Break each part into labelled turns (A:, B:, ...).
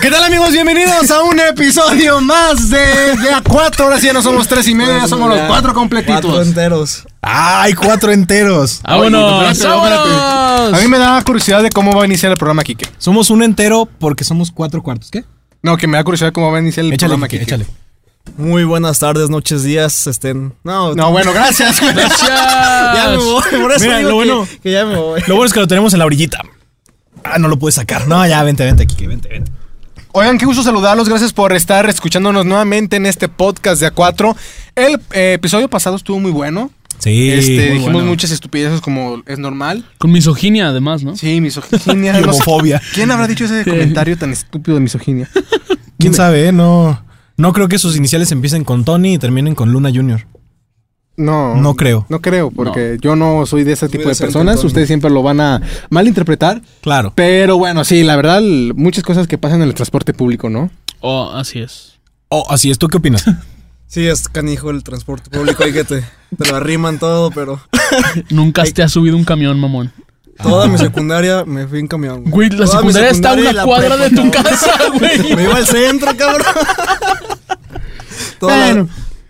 A: ¿Qué tal amigos? Bienvenidos a un episodio más de, de a cuatro. Ahora sí ya no somos tres y medio, ya somos los cuatro completitos.
B: Cuatro enteros.
C: ¡Ay, cuatro enteros!
A: Oye,
D: ¡Vámonos!
A: espérate, espérate. A mí
D: ¡Vámonos!
A: me da curiosidad de cómo va a iniciar el programa, Kike.
C: Somos un entero porque somos cuatro cuartos. ¿Qué?
A: No, que me da curiosidad cómo va a iniciar el
C: Échale,
A: programa,
C: Quique,
A: Kike.
C: échale.
B: Muy buenas tardes, noches, días, estén. No,
A: No, bueno, gracias.
B: ya me voy. Por eso
C: Mira, lo
B: digo que-
C: bueno-
B: que, ya me voy.
C: Lo bueno es que lo tenemos en la orillita. Ah, no lo puedes sacar. No, ya, vente, vente, Kike, vente, vente.
A: Oigan, qué gusto saludarlos. Gracias por estar escuchándonos nuevamente en este podcast de A4. El eh, episodio pasado estuvo muy bueno.
C: Sí.
A: este,
C: muy
A: dijimos
C: bueno.
A: muchas estupideces como es normal.
D: Con misoginia, además, ¿no?
A: Sí, misoginia.
C: Y homofobia.
A: ¿Quién habrá dicho ese comentario tan estúpido de misoginia?
C: ¿Quién sabe, eh? No, no creo que sus iniciales empiecen con Tony y terminen con Luna Junior.
A: No.
C: No creo.
A: No creo, porque yo no soy de ese tipo de
B: decente,
A: personas.
B: Antonio.
A: Ustedes siempre lo van a malinterpretar.
C: Claro.
A: Pero bueno, sí, la verdad, l- muchas cosas que pasan en el transporte público, ¿no?
D: Oh, así es.
C: Oh, así es. ¿Tú qué opinas?
B: Sí, es canijo el transporte público. Hay que te, te lo arriman todo, pero
D: Nunca te has subido un camión, mamón.
B: toda mi secundaria me fui en camión.
D: Güey, la
B: Toda mi
D: secundaria está a
B: secundaria
D: una
B: y la
D: cuadra
B: prepa,
D: de tu
B: cabrón.
D: casa,
B: Me
D: güey.
B: iba al centro, cabrón. Toda la-
A: Bueno,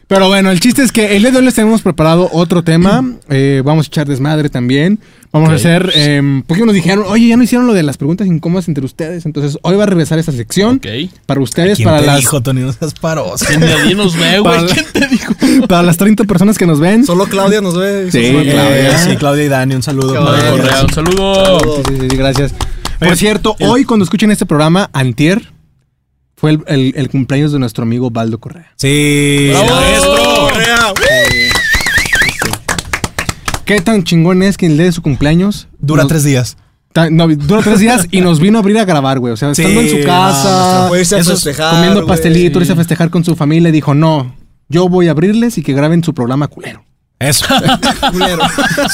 A: Pero bueno, el chiste es que el día de hoy les tenemos preparado otro tema. Eh, vamos a echar desmadre también. Vamos
D: Ok.
A: a hacer. em, porque nos dijeron, oye, ya no hicieron lo de las preguntas incómodas entre ustedes. Entonces, hoy va a regresar esta sección
D: Ok.
A: para ustedes,
C: ¿Quién
A: para
C: te
A: las,
C: dijo, Tony? No seas paroso.
D: Que nadie nos ve,
A: Para
D: güey.
A: la-
D: ¿Quién te dijo?
A: para las 30 personas que nos ven.
B: Solo Claudia nos ve.
A: Sí,
B: Solo
C: Eh,
A: Claudia.
C: Sí, Claudia y Dani, un saludo.
B: Madre
D: Madre correa, un saludo.
A: Sí, sí, sí, gracias. Por
C: Oye,
A: cierto,
C: el-
A: hoy cuando escuchen este programa, Antier, fue el, el- el cumpleaños de nuestro amigo Baldo Correa.
C: Sí.
D: ¡Bravo!
B: Correa.
A: ¿Qué tan chingón es que el día de su cumpleaños?
C: Dura
A: nos-
C: tres días.
A: ta- no, dura tres días y nos vino a abrir a grabar, güey. O sea,
C: Sí,
A: estando en su
C: no,
A: casa,
B: Fue irse a
C: Esos
B: festejar,
A: comiendo
B: güey.
A: pastelito, irse a festejar con su familia, y dijo, no, yo voy a abrirles y que graben su programa culero.
C: Eso.
B: Culero.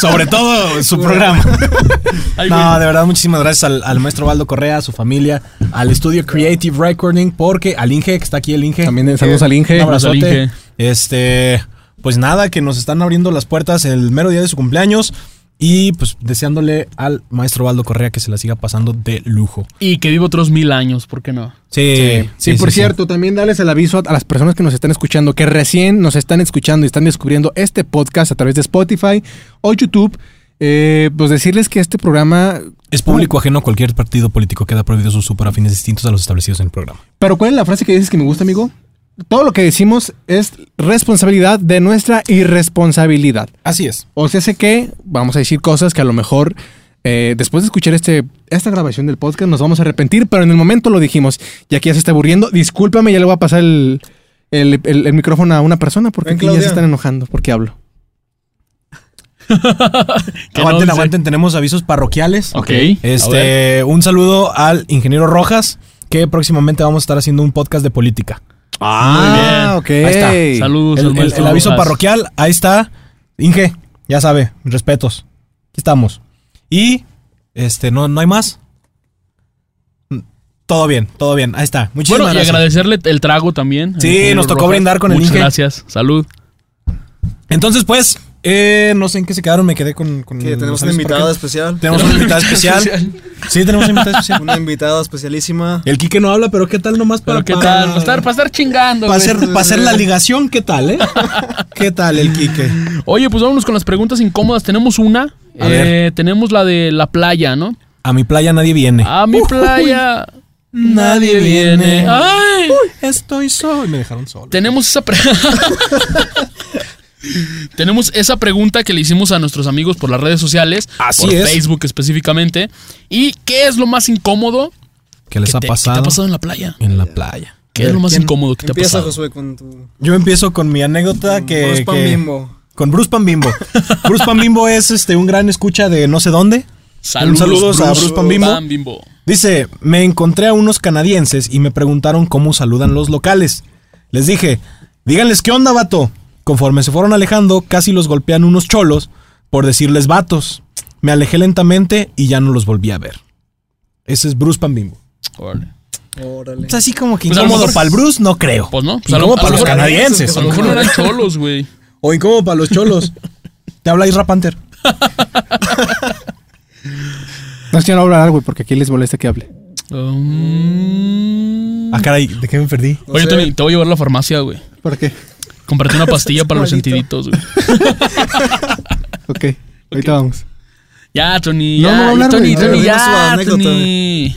C: Sobre todo su programa.
D: Ay, güey.
C: No, de verdad, muchísimas gracias al, al maestro Baldo Correa, a su familia, al estudio Creative Recording, porque al Inge, que está aquí el Inge.
A: También saludos al Inge.
C: Un abrazote.
D: Saludos al Inge.
C: Este, pues nada, que nos están abriendo las puertas el mero día de su cumpleaños. Y pues deseándole al maestro Baldo Correa que se la siga pasando de lujo.
D: Y que viva otros mil años, ¿por qué no?
C: Sí,
A: Eh, Sí, por cierto, también darles el aviso a, a las personas que nos están escuchando, que recién nos están escuchando y están descubriendo este podcast a través de Spotify o YouTube, eh, pues decirles que este programa...
C: Es público ajeno a cualquier partido político. Queda prohibido su uso para fines distintos a los establecidos en el programa.
A: Pero ¿cuál es la frase que dices que me gusta, amigo? Todo lo que decimos es responsabilidad de nuestra irresponsabilidad.
C: Así es.
A: O sea, sé que vamos a decir cosas que a lo mejor eh, después de escuchar este, esta grabación del podcast nos vamos a arrepentir, pero en el momento lo dijimos. Y aquí ya se está aburriendo. Discúlpame, ya le voy a pasar el, el- el- el micrófono a una persona porque
B: Ven,
A: aquí ya se
B: Claudia.
A: están enojando porque hablo.
D: Que no
C: aguanten,
D: dice-
C: aguanten. Tenemos avisos parroquiales.
D: Ok. A ver.
C: Este, un saludo al ingeniero Rojas, que próximamente vamos a estar haciendo un podcast de política.
D: Ah,
A: ok. Ahí está.
D: Saludos
C: El,
D: al
C: el-
D: maestro
C: el aviso
D: Rojas.
C: parroquial, ahí está. Inge, ya sabe, respetos. Aquí estamos. Y, este, no, no hay más. Mm, Todo bien, todo bien, ahí está. Muchísimas
D: Bueno, y
C: gracias.
D: agradecerle el trago también.
C: Sí,
D: Eh,
C: nos tocó brindar con el
D: Muchas
C: Inge.
D: gracias. Salud.
C: Entonces, pues, eh, no sé en qué se quedaron, me quedé con... con
B: Que tenemos
C: los
B: una
C: avisos
B: invitada
C: parroquiales.
B: especial.
C: Tenemos una invitada especial. Sí, tenemos una invitada especial.
B: Una invitada especialísima.
C: El Quique no habla, pero ¿qué tal nomás para...
D: Pero qué
C: para-
D: tal, para estar, para estar chingando.
C: Para
D: güey.
C: hacer, para hacer la ligación, ¿qué tal, eh? ¿Qué tal el Quique?
D: Oye, pues vámonos con las preguntas incómodas. Tenemos una.
C: A
D: Eh, Tenemos la de la playa, ¿no?
C: A mi playa nadie viene.
D: A mi playa nadie
C: Nadie
D: viene.
C: viene.
D: Ay.
C: Estoy solo. Me dejaron solo.
D: Tenemos esa pre- Tenemos esa pregunta que le hicimos a nuestros amigos por las redes sociales,
C: Así
D: por
C: es.
D: Facebook específicamente. ¿Y qué es lo más incómodo
C: ¿Qué les
D: que
C: ha
D: te, que te
C: pasado?
D: ha pasado en la playa?
C: En la playa.
D: ¿Qué es lo más
B: ¿Quién
D: incómodo que te ha
B: Empieza,
D: pasado?
B: Josué, con tu.
C: Yo empiezo con mi anécdota
B: con
C: que.
B: Bruce Pan
C: que-
B: Bimbo.
C: Con Bruce Pan Bimbo. Bruce Pan Bimbo es este, un gran escucha de no sé dónde. Un saludos a Bruce Pan Bimbo.
D: Pan Bimbo.
C: Dice: Me encontré a unos canadienses y me preguntaron cómo saludan los locales. Les dije: Díganles qué onda, vato. Conforme se fueron alejando, casi los golpean unos cholos por decirles vatos. Me alejé lentamente y ya no los volví a ver. Ese es Bruce Pan Bimbo.
D: Órale.
B: Órale.
C: Es así como que
D: Pues a lo
C: incómodo
D: mejor-
C: para el Bruce, no creo.
D: Pues no. pues a lo-
C: incómodo
D: a
C: para
D: lo
C: los
D: mejor-
C: canadienses.
D: A lo mejor no eran cholos, güey.
C: O incómodo para los cholos. Te habla Isra Panther.
A: No, señor, no hablar, güey, porque aquí les molesta que hable.
D: Um,
C: Ah, caray, ¿de qué me perdí?
B: No
D: Oye,
B: sé.
D: Tony, te voy a llevar a la farmacia, güey.
A: ¿Por qué?
D: Comprate una pastilla para los
C: Maldito.
D: sentiditos, güey.
A: Ok, ahorita vamos.
D: Ya, Tony.
A: No,
D: ya,
A: no va a hablar,
D: Tony,
A: güey.
D: Tony,
B: Pero
D: ya,
B: dime su anécdota.
D: Tony.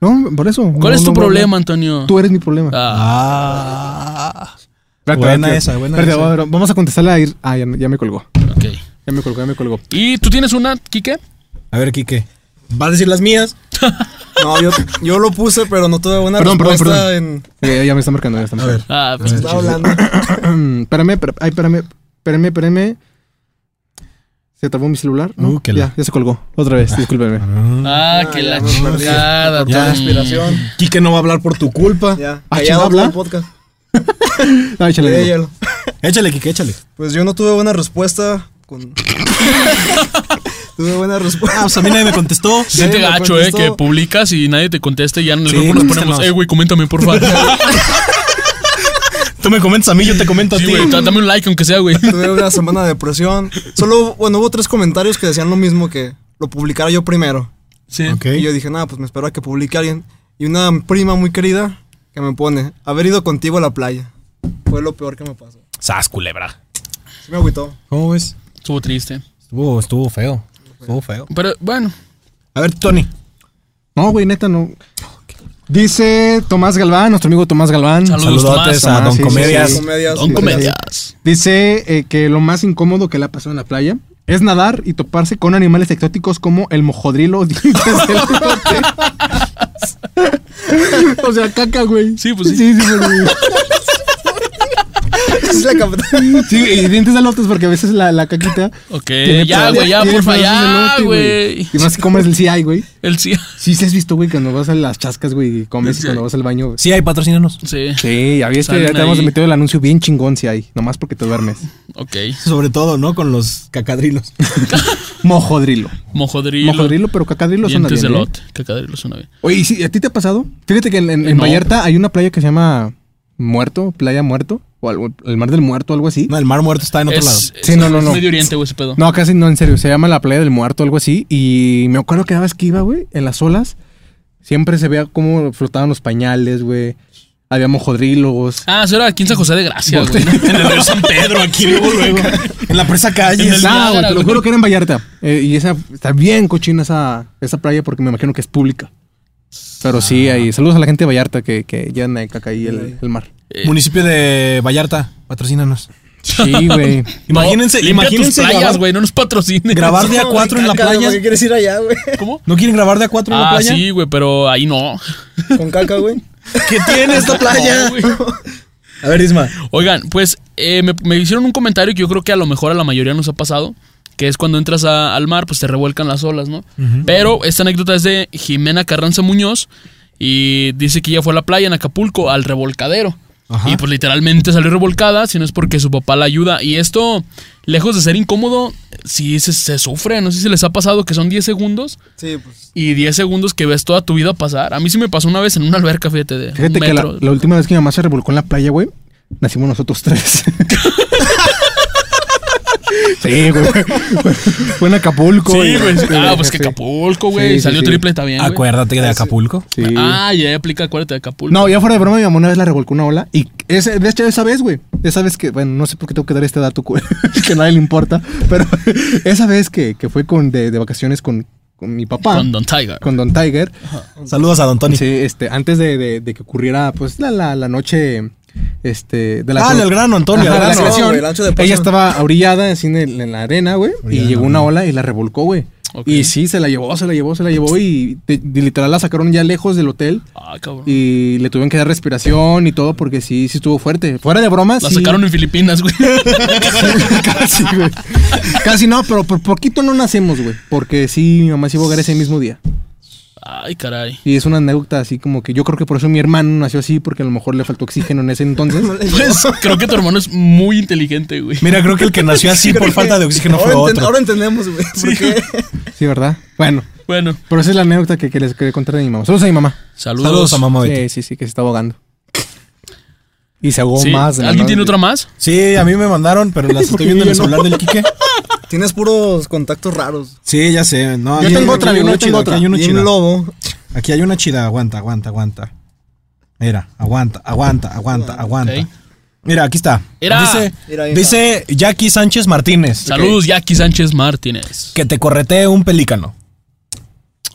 A: No, por eso.
D: ¿Cuál
A: No,
D: es tu
A: no, no,
D: problema,
A: no.
D: Antonio?
A: Tú eres mi problema.
D: Ah,
C: Ah.
A: Espérate,
C: buena
A: espérate.
C: esa, buena
A: Espérate,
C: esa.
A: va- Vamos a contestarla a ir. Ah, ya, ya me colgó.
D: ok.
A: Ya me colgó, ya me colgó.
D: ¿Y tú tienes una, Quique?
C: A ver, Quique. ¿Vas a decir las mías?
B: No, yo, yo lo puse, pero no tuve buena
A: Perdón, perdón,
B: respuesta
A: perdón. Eh, ya me está marcando, ya está marcando. Mm,
D: Ah,
B: en. Estaba hablando.
A: espérame, espérame, ay, espérame, espérame, espérame. ¿Se trabó mi celular? ¿no?
C: Uh, que la-
A: ya, ya se colgó. Otra vez, discúlpeme.
D: ah, que
B: ya
D: la
B: me perdí.
D: chingada,
B: Por toda
D: Tony.
B: inspiración.
C: Quique no va a hablar por tu culpa.
B: Ya.
A: Ah,
B: Callado
A: ¿habla?
B: todo el podcast.
A: Ay, chale,
B: Ya,
A: Ah, digo.
B: ya lo-
C: Échale, Quique, échale.
B: Pues yo no tuve buena respuesta con. tuve buena
C: Ah,
B: respuesta.
C: pues a mí nadie me contestó.
D: Sí te
B: me
D: gacho,
A: pues,
D: eh,
B: contestó.
D: que publicas y nadie te contesta y ya en el
C: Sí,
D: grupo nos ponemos,
C: contéstanos.
D: eh, güey, coméntame, por favor.
C: Tú me comentas a mí, yo te comento a
D: Sí,
C: ti.
D: güey, da- dame un like aunque sea, güey.
B: Tuve una semana de depresión. Solo, bueno, hubo tres comentarios que decían lo mismo que lo publicara yo primero.
D: Sí.
C: Ok.
B: Y yo dije, nada, pues me espero a que publique alguien. Y una prima muy querida que me pone, haber ido contigo a la playa. Fue lo peor que me pasó.
C: Sas, culebra.
B: Sí me agüitó.
C: ¿Cómo ves?
D: Estuvo triste.
C: Estuvo, estuvo feo. Estuvo feo.
D: Pero bueno,
C: A ver, Tony.
A: No, güey, neta, no. Dice Tomás Galván, nuestro amigo Tomás Galván.
D: Saludos.
C: Saludotes
D: Tomás.
C: a
A: Ah,
C: Don
A: sí, sí,
C: Comedias.
A: sí.
B: Comedias.
D: son
B: sí,
D: comedias.
A: Dice eh, que lo más incómodo que le ha pasado en la playa es nadar y toparse con animales exóticos como el mojodrilo. o dientes de elote. o sea, caca, güey.
D: Sí, pues sí.
A: Sí, sí, güey.
B: Es la capital.
A: Sí, y dientes de lotes porque a veces la, la caquita.
D: Ok,
A: tiene
D: ya,
A: pedazos-
D: güey, ya,
A: tiene
D: porfa,
A: pedazos de
D: ya,
A: elote,
D: güey.
A: Y más si comes el CI, güey.
D: El sí.
A: Sí, se has visto, güey, cuando vas a las chascas, güey, y comes
D: Sí.
A: y cuando vas al baño. güey.
C: Sí, hay patrocínanos.
D: Sí,
A: Sí, ya viste,
D: Salen
A: ya te hemos
D: ahí.
A: metido el anuncio bien chingón si hay, nomás porque te duermes.
D: ok.
C: Sobre todo, ¿no? Con los cacadrilos.
A: Mojodrilo.
D: Mojodrilo.
A: Mojodrilo, pero cacadrilo son
D: Dientes
A: bien.
D: de
A: ¿eh?
D: lote. Cacadrilo suena bien.
A: Oye, ¿y si- ¿a ti te ha pasado? Fíjate que en, en- en
D: No.
A: Vallarta hay una playa que se llama Muerto, Playa Muerto, o algo- el Mar del Muerto, algo así.
C: No, el mar muerto está en otro
D: Es-
C: lado.
D: es-
A: Sí, no, no,
D: es
A: no.
D: Medio Oriente, güey, ese pedo.
A: No, casi no, en serio. Se llama la playa del muerto, algo así. Y me acuerdo que cada vez que iba, güey, en las olas, siempre se veía cómo flotaban los pañales, güey. Había mojodrilos.
D: Ah, eso era aquí en San José de Gracia, güey. En el río San Pedro, aquí luego, luego.
C: En la presa
D: En
C: calle.
D: el-
A: No, güey,
D: Niágara,
A: te lo
D: güey.
A: juro que era en Vallarta. Eh, y esa está bien cochina esa, esa playa porque me imagino que es pública. Pero sí,
D: Ah.
A: ahí. Saludos a la gente de Vallarta que, que ya me caca ahí el, el mar.
D: Eh,
C: Municipio de Vallarta, patrocínanos.
A: Sí, güey.
C: Imagínense,
D: No, limpia
C: imagínense
D: tus playas,
C: grabar,
D: güey, no nos patrocines.
C: grabar de a cuatro en la
B: Caca,
C: playa.
B: güey, ¿Qué quieres ir allá, güey?
D: ¿Cómo?
C: ¿No quieren grabar de a cuatro en la
D: Ah,
C: playa?
D: sí, güey, pero ahí no.
B: Con caca, güey.
C: ¿Qué tiene esta playa?
D: No, güey.
C: a ver, Isma.
D: Oigan, pues eh, me, me hicieron un comentario que yo creo que a lo mejor a la mayoría nos ha pasado, que es cuando entras a- al mar, pues te revuelcan las olas, ¿no? Pero esta anécdota es de Jimena Carranza Muñoz y dice que ella fue a la playa en Acapulco, al revolcadero.
C: Ajá.
D: Y pues literalmente salió revolcada, si no es porque su papá la ayuda. Y esto, lejos de ser incómodo, sí se, se sufre. No sé si les ha pasado que son 10 segundos
B: Sí, pues.
D: y 10 segundos que ves toda tu vida pasar. A mí sí me pasó una vez en una alberca, fíjate, de
A: Fíjate
D: un
A: que la,
D: metro.
A: la última vez que mi mamá se revolcó en la playa, güey, nacimos nosotros tres. sí, güey. Fue- Fue en Acapulco. Este,
D: Sí, güey. Ah, pues que
A: sí.
D: Acapulco, güey.
A: Sí, sí,
D: Salió
A: sí.
D: triple también. güey.
C: Acuérdate de Acapulco.
A: Sí.
D: Ah, ya aplica, acuérdate de Acapulco.
A: No, ya fuera de broma, mi mamá una vez la revolcó una ola. Y ese, de hecho, esa vez, güey. Esa vez que, bueno, no sé por qué tengo que dar este dato cu- que a nadie le importa. Pero esa vez que, que fue con, de, de vacaciones con, con mi papá,
D: Con Don Tiger.
A: con Don Tiger.
C: Saludos a Don Tony.
A: Sí, este, antes de, de- de que ocurriera, pues, la, la, la noche, este, de la...
C: Dale al grano, Antonio,
A: Ajá,
C: al
A: de la
C: grano.
A: creación.
B: No, güey, el ancho de paso.
A: Ella estaba orillada así en, el- en la arena, güey, y llegó una ola y la revolcó, güey.
D: Ok.
A: Y sí, se la llevó, se la llevó, se la llevó y de- de literal la sacaron ya lejos del hotel
D: Ah, cabrón.
A: y le tuvieron que dar respiración y todo porque sí, sí estuvo fuerte. Fuera de bromas.
D: La sacaron en Filipinas, güey.
A: casi, güey. Casi no, pero por poquito no nacemos, güey, porque sí, mi mamá se iba a ahogar ese mismo día.
D: Ay, caray.
A: Y es una anécdota así como que yo creo que por eso mi hermano nació así, porque a lo mejor le faltó oxígeno en ese entonces.
D: Pues creo que tu hermano es muy inteligente, güey.
C: Mira, creo que el que nació así por falta de oxígeno fue
B: ahora, enten-
C: otro.
B: ahora entendemos, güey. ¿Por qué?
A: Sí, ¿verdad? Bueno,
D: Bueno,
A: pero esa es la anécdota que, que les quería contar de mi mamá. Saludos a mi mamá.
D: saludos.
C: Saludos a mamá
A: Sí,
C: Betty.
A: sí, sí, que se está ahogando. Y se ahogó
D: Sí.
A: más. de la
D: ¿Alguien
A: nada.
D: tiene otra más?
C: Sí, a mí me mandaron, pero las estoy viendo en el celular del Quique.
B: Tienes puros contactos raros.
C: Sí, ya sé. No,
A: Yo
C: aquí-
A: tengo otra,
C: aquí hay
A: yo
C: una
A: tengo
C: chida,
A: otra.
C: Aquí hay una
B: Y un
C: chida.
B: lobo.
C: Aquí hay una chida. Aguanta, aguanta, aguanta. Mira, aguanta, aguanta, aguanta, aguanta.
D: Ok.
C: Mira, aquí está.
D: Mira.
C: Dice,
B: Mira, hija.
C: dice Jackie Sánchez Martínez
D: Saludos, Jackie Sánchez Martínez.
C: que te corretee un pelícano.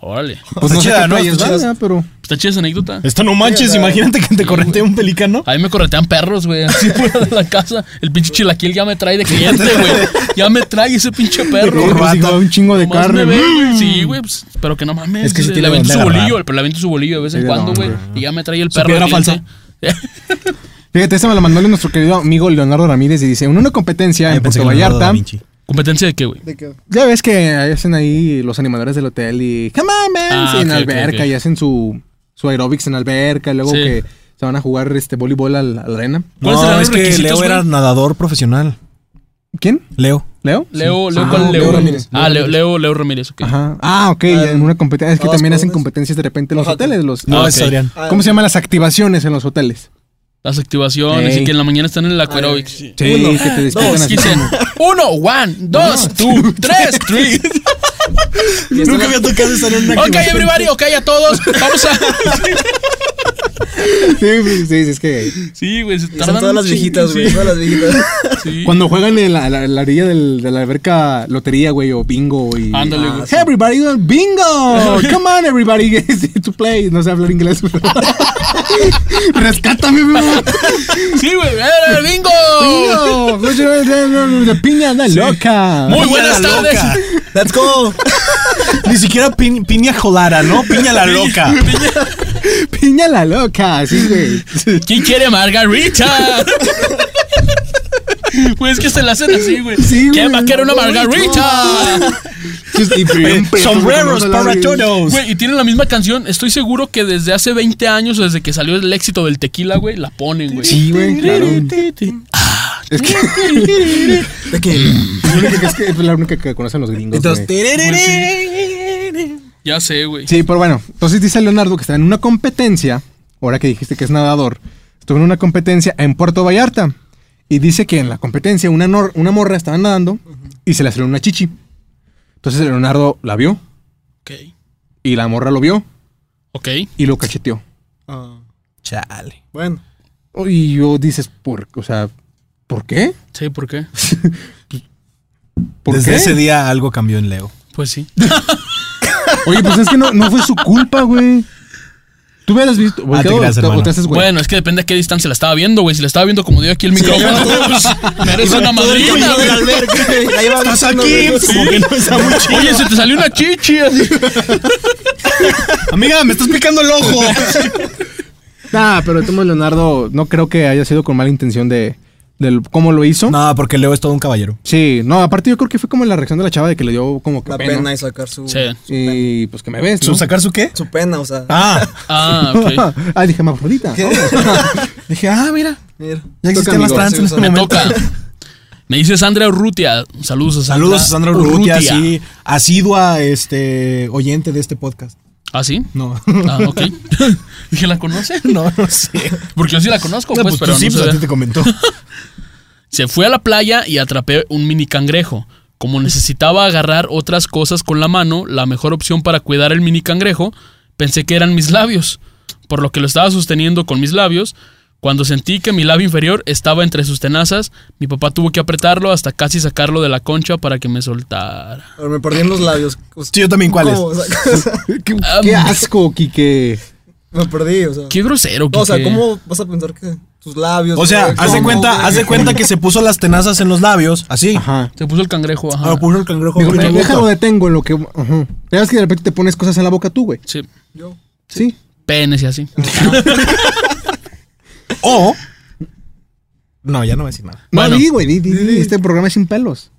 D: Órale.
A: Pues
C: Está
A: no sé
C: chida,
A: qué
C: ¿no?
A: playas
C: Está
A: van,
C: chida.
A: ah, pero.
D: Está chida esa anécdota.
C: Esto no manches, imagínate que te corretee un pelícano.
D: A mí me corretean perros, güey. Así fuera de la casa. El pinche chilaquil ya me trae de cliente, güey. Ya me trae ese pinche perro.
A: Pues,
C: Corbata.
A: hijo, un chingo de
D: Nomás
A: carne.
D: me ve, güey. Sí, güey, pues, pero que no mames.
C: Es que sí
D: le
C: tiene
D: avento
C: donde
D: su
C: agarrar.
D: bolillo, pero le avento su bolillo de vez en
A: Sí,
D: cuando,
A: no,
D: güey.
A: güey.
D: Y ya me trae el
C: Su
D: perro. ¿eh? de
C: piedra
D: cliente.
A: Fíjate, esta me la mandó nuestro querido amigo Leonardo Ramírez y dice: En una
D: Ah,
A: competencia en Puerto Vallarta,
D: ¿Competencia de qué, güey?
B: ¿De qué?
A: ya ves que hacen ahí los animadores del hotel y. Come on, man",
D: Ah,
A: en
D: ok, ok,
A: alberca
D: ok.
A: y hacen su, su aerobics en alberca y luego
D: Sí.
A: que se van a jugar este voleibol al- a la arena.
D: ¿Cuáles serán
C: No,
D: los
C: es que
D: requisitos,
C: Leo
D: güey?
C: era nadador profesional.
A: ¿Quién?
C: Leo.
A: ¿Leo?
D: Leo, Leo,
A: Ah,
D: ¿cuál Leo?
A: Leo Ramírez.
D: Ah, Leo, Leo, Leo Ramírez, ok.
A: Ajá. Ah, ok, en una competencia. Es que
B: Ah,
A: también
B: ¿cómo
A: hacen
B: es?
A: competencias de repente en los
B: Ojalá.
A: hoteles. Los,
C: No,
D: Ah,
C: es
D: ok.
C: Adrián.
A: ¿Cómo se llaman las activaciones en los hoteles?
D: Las activaciones
A: Ey.
D: y que en la mañana están en el aerobics.
A: Sí, que te despiden
D: Dos,
A: así
D: dicen,
A: como-
D: uno, one, dos, two, tres, three.
C: Nunca había tocado estar en una
D: Ok, everybody, ok a todos. Vamos a...
A: Sí, sí, sí, es que
D: Sí, güey, se
B: Y Son
D: tardan
B: todas
D: un
B: las
D: chingo,
B: viejitas,
D: sí.
B: güey. Todas las viejitas.
D: Sí.
A: cuando juegan en la, la- la orilla del- de la alberca lotería, güey, o bingo y
D: Ándale, güey.
A: Hey everybody, bingo! Come on everybody, it's to play. No sé hablar inglés. pero- Rescátame, mi amor.
D: Sí, güey. ¡Eh, bingo!
A: Bingo. De piña anda loca.
D: Muy buenas
C: la
D: tardes.
C: loca.
B: Let's go.
C: Ni siquiera pin- piña jolara, ¿no? Piña la loca.
A: Piña la loca, sí, güey.
D: ¿Quién quiere margarita? Güey, es que se la hacen así, güey.
A: Sí, güey.
D: ¿Quién va a querer una margarita?
C: Sombreros para todos.
D: Güey, y tienen la misma canción. Estoy seguro que desde hace 20 años, desde que salió el éxito del tequila, güey, la ponen, güey.
A: Sí, güey, claro. Es que
B: ¿De qué?
A: es la única que- es que es la única que conocen los gringos.
B: Entonces,
A: güey.
D: Ya sé, güey.
A: Sí, pero bueno, entonces dice Leonardo que está en una competencia, ahora que dijiste que es nadador, estuvo en una competencia en Puerto Vallarta y dice que en la competencia una, nor- una morra estaba nadando y se le salió una chichi. Entonces Leonardo la vio
D: Ok.
A: y la morra lo vio
D: Ok.
A: y lo cacheteó.
B: Ah,
C: Chale.
B: bueno.
A: Y yo dices, por, o sea, ¿por qué?
D: Sí, ¿por qué?
A: ¿Por
C: Desde
A: qué?
C: ese día algo cambió en Leo.
D: Pues sí.
A: Oye, pues es que no, no fue su culpa, güey. Tú me has visto.
C: Ah, te
A: volteado,
C: creas,
A: o te- o te
C: hermano.
A: haces, güey.
D: Bueno, es que depende a qué distancia la estaba viendo, güey. Si la estaba viendo como dio aquí el micrófono, pues, merece una madrina, güey.
B: Estás
C: Como que no está muy chido.
D: Oye, se te salió una chichi. así.
C: Amiga, me estás picando el ojo.
A: Nah, pero Tomo Leonardo no creo que haya sido con mala intención de, del cómo lo hizo.
C: No, porque Leo es todo un caballero.
A: Sí, no, aparte yo creo que fue como la reacción de la chava de que le dio como que
B: La
A: pena.
B: pena y sacar su,
D: Sí.
A: Y pues que me ves, ¿no?
C: ¿Su sacar su qué?
B: su pena, o sea.
C: Ah,
D: Ah, ok.
A: ah, dije, Mafrodita.
C: dije, ah, mira.
B: Mira.
C: Ya
A: Toca,
C: existían las
A: amigo.
C: trans en
B: Sí,
C: ese
D: Me
C: momento.
D: toca. Me dice Sandra Urrutia. Saludos a Sandra.
C: Saludos a Sandra Urrutia, sí, asidua este, oyente de este podcast.
D: ¿Ah, sí?
C: No,
D: Ah, ok. Dije, ¿la conoce?
C: no, no sé.
D: Porque yo sí la conozco,
C: No,
D: pues,
C: pues, tú
D: pero
C: sí,
D: no
C: pues, a
D: sabía.
C: ti te comentó.
D: Se fue a la playa y atrapé un mini cangrejo. Como necesitaba agarrar otras cosas con la mano, la mejor opción para cuidar el mini cangrejo, pensé que eran mis labios, por lo que lo estaba sosteniendo con mis labios. Cuando sentí que mi labio inferior estaba entre sus tenazas, mi papá tuvo que apretarlo hasta casi sacarlo de la concha para que me soltara.
B: Pero me perdí en los labios. O sea,
C: Sí, yo también, ¿cuál es?
B: ¿cómo? O sea,
A: qué,
D: Ah,
A: qué asco, Quique.
B: me perdí, o sea.
D: Qué grosero,
B: No, o sea,
D: Quique.
B: ¿cómo vas a pensar que tus labios?
C: O sea,
B: güey,
C: haz de
B: cómo,
C: cuenta,
B: güey?
C: haz de cuenta que se puso las tenazas en los labios, así.
A: Ajá.
D: Se puso el cangrejo, ajá.
C: Ahora puso el cangrejo.
A: Digo,
C: con el
A: déjalo
C: gusto.
A: detengo en lo que. Ajá. Ya ves que de repente te pones cosas en la boca tú, güey.
D: Sí,
B: Yo.
A: Sí.
D: penes y así.
C: O. No, ya no voy a decir nada.
A: No,
D: Bueno.
A: di, güey, di, di, di, Este programa es sin pelos.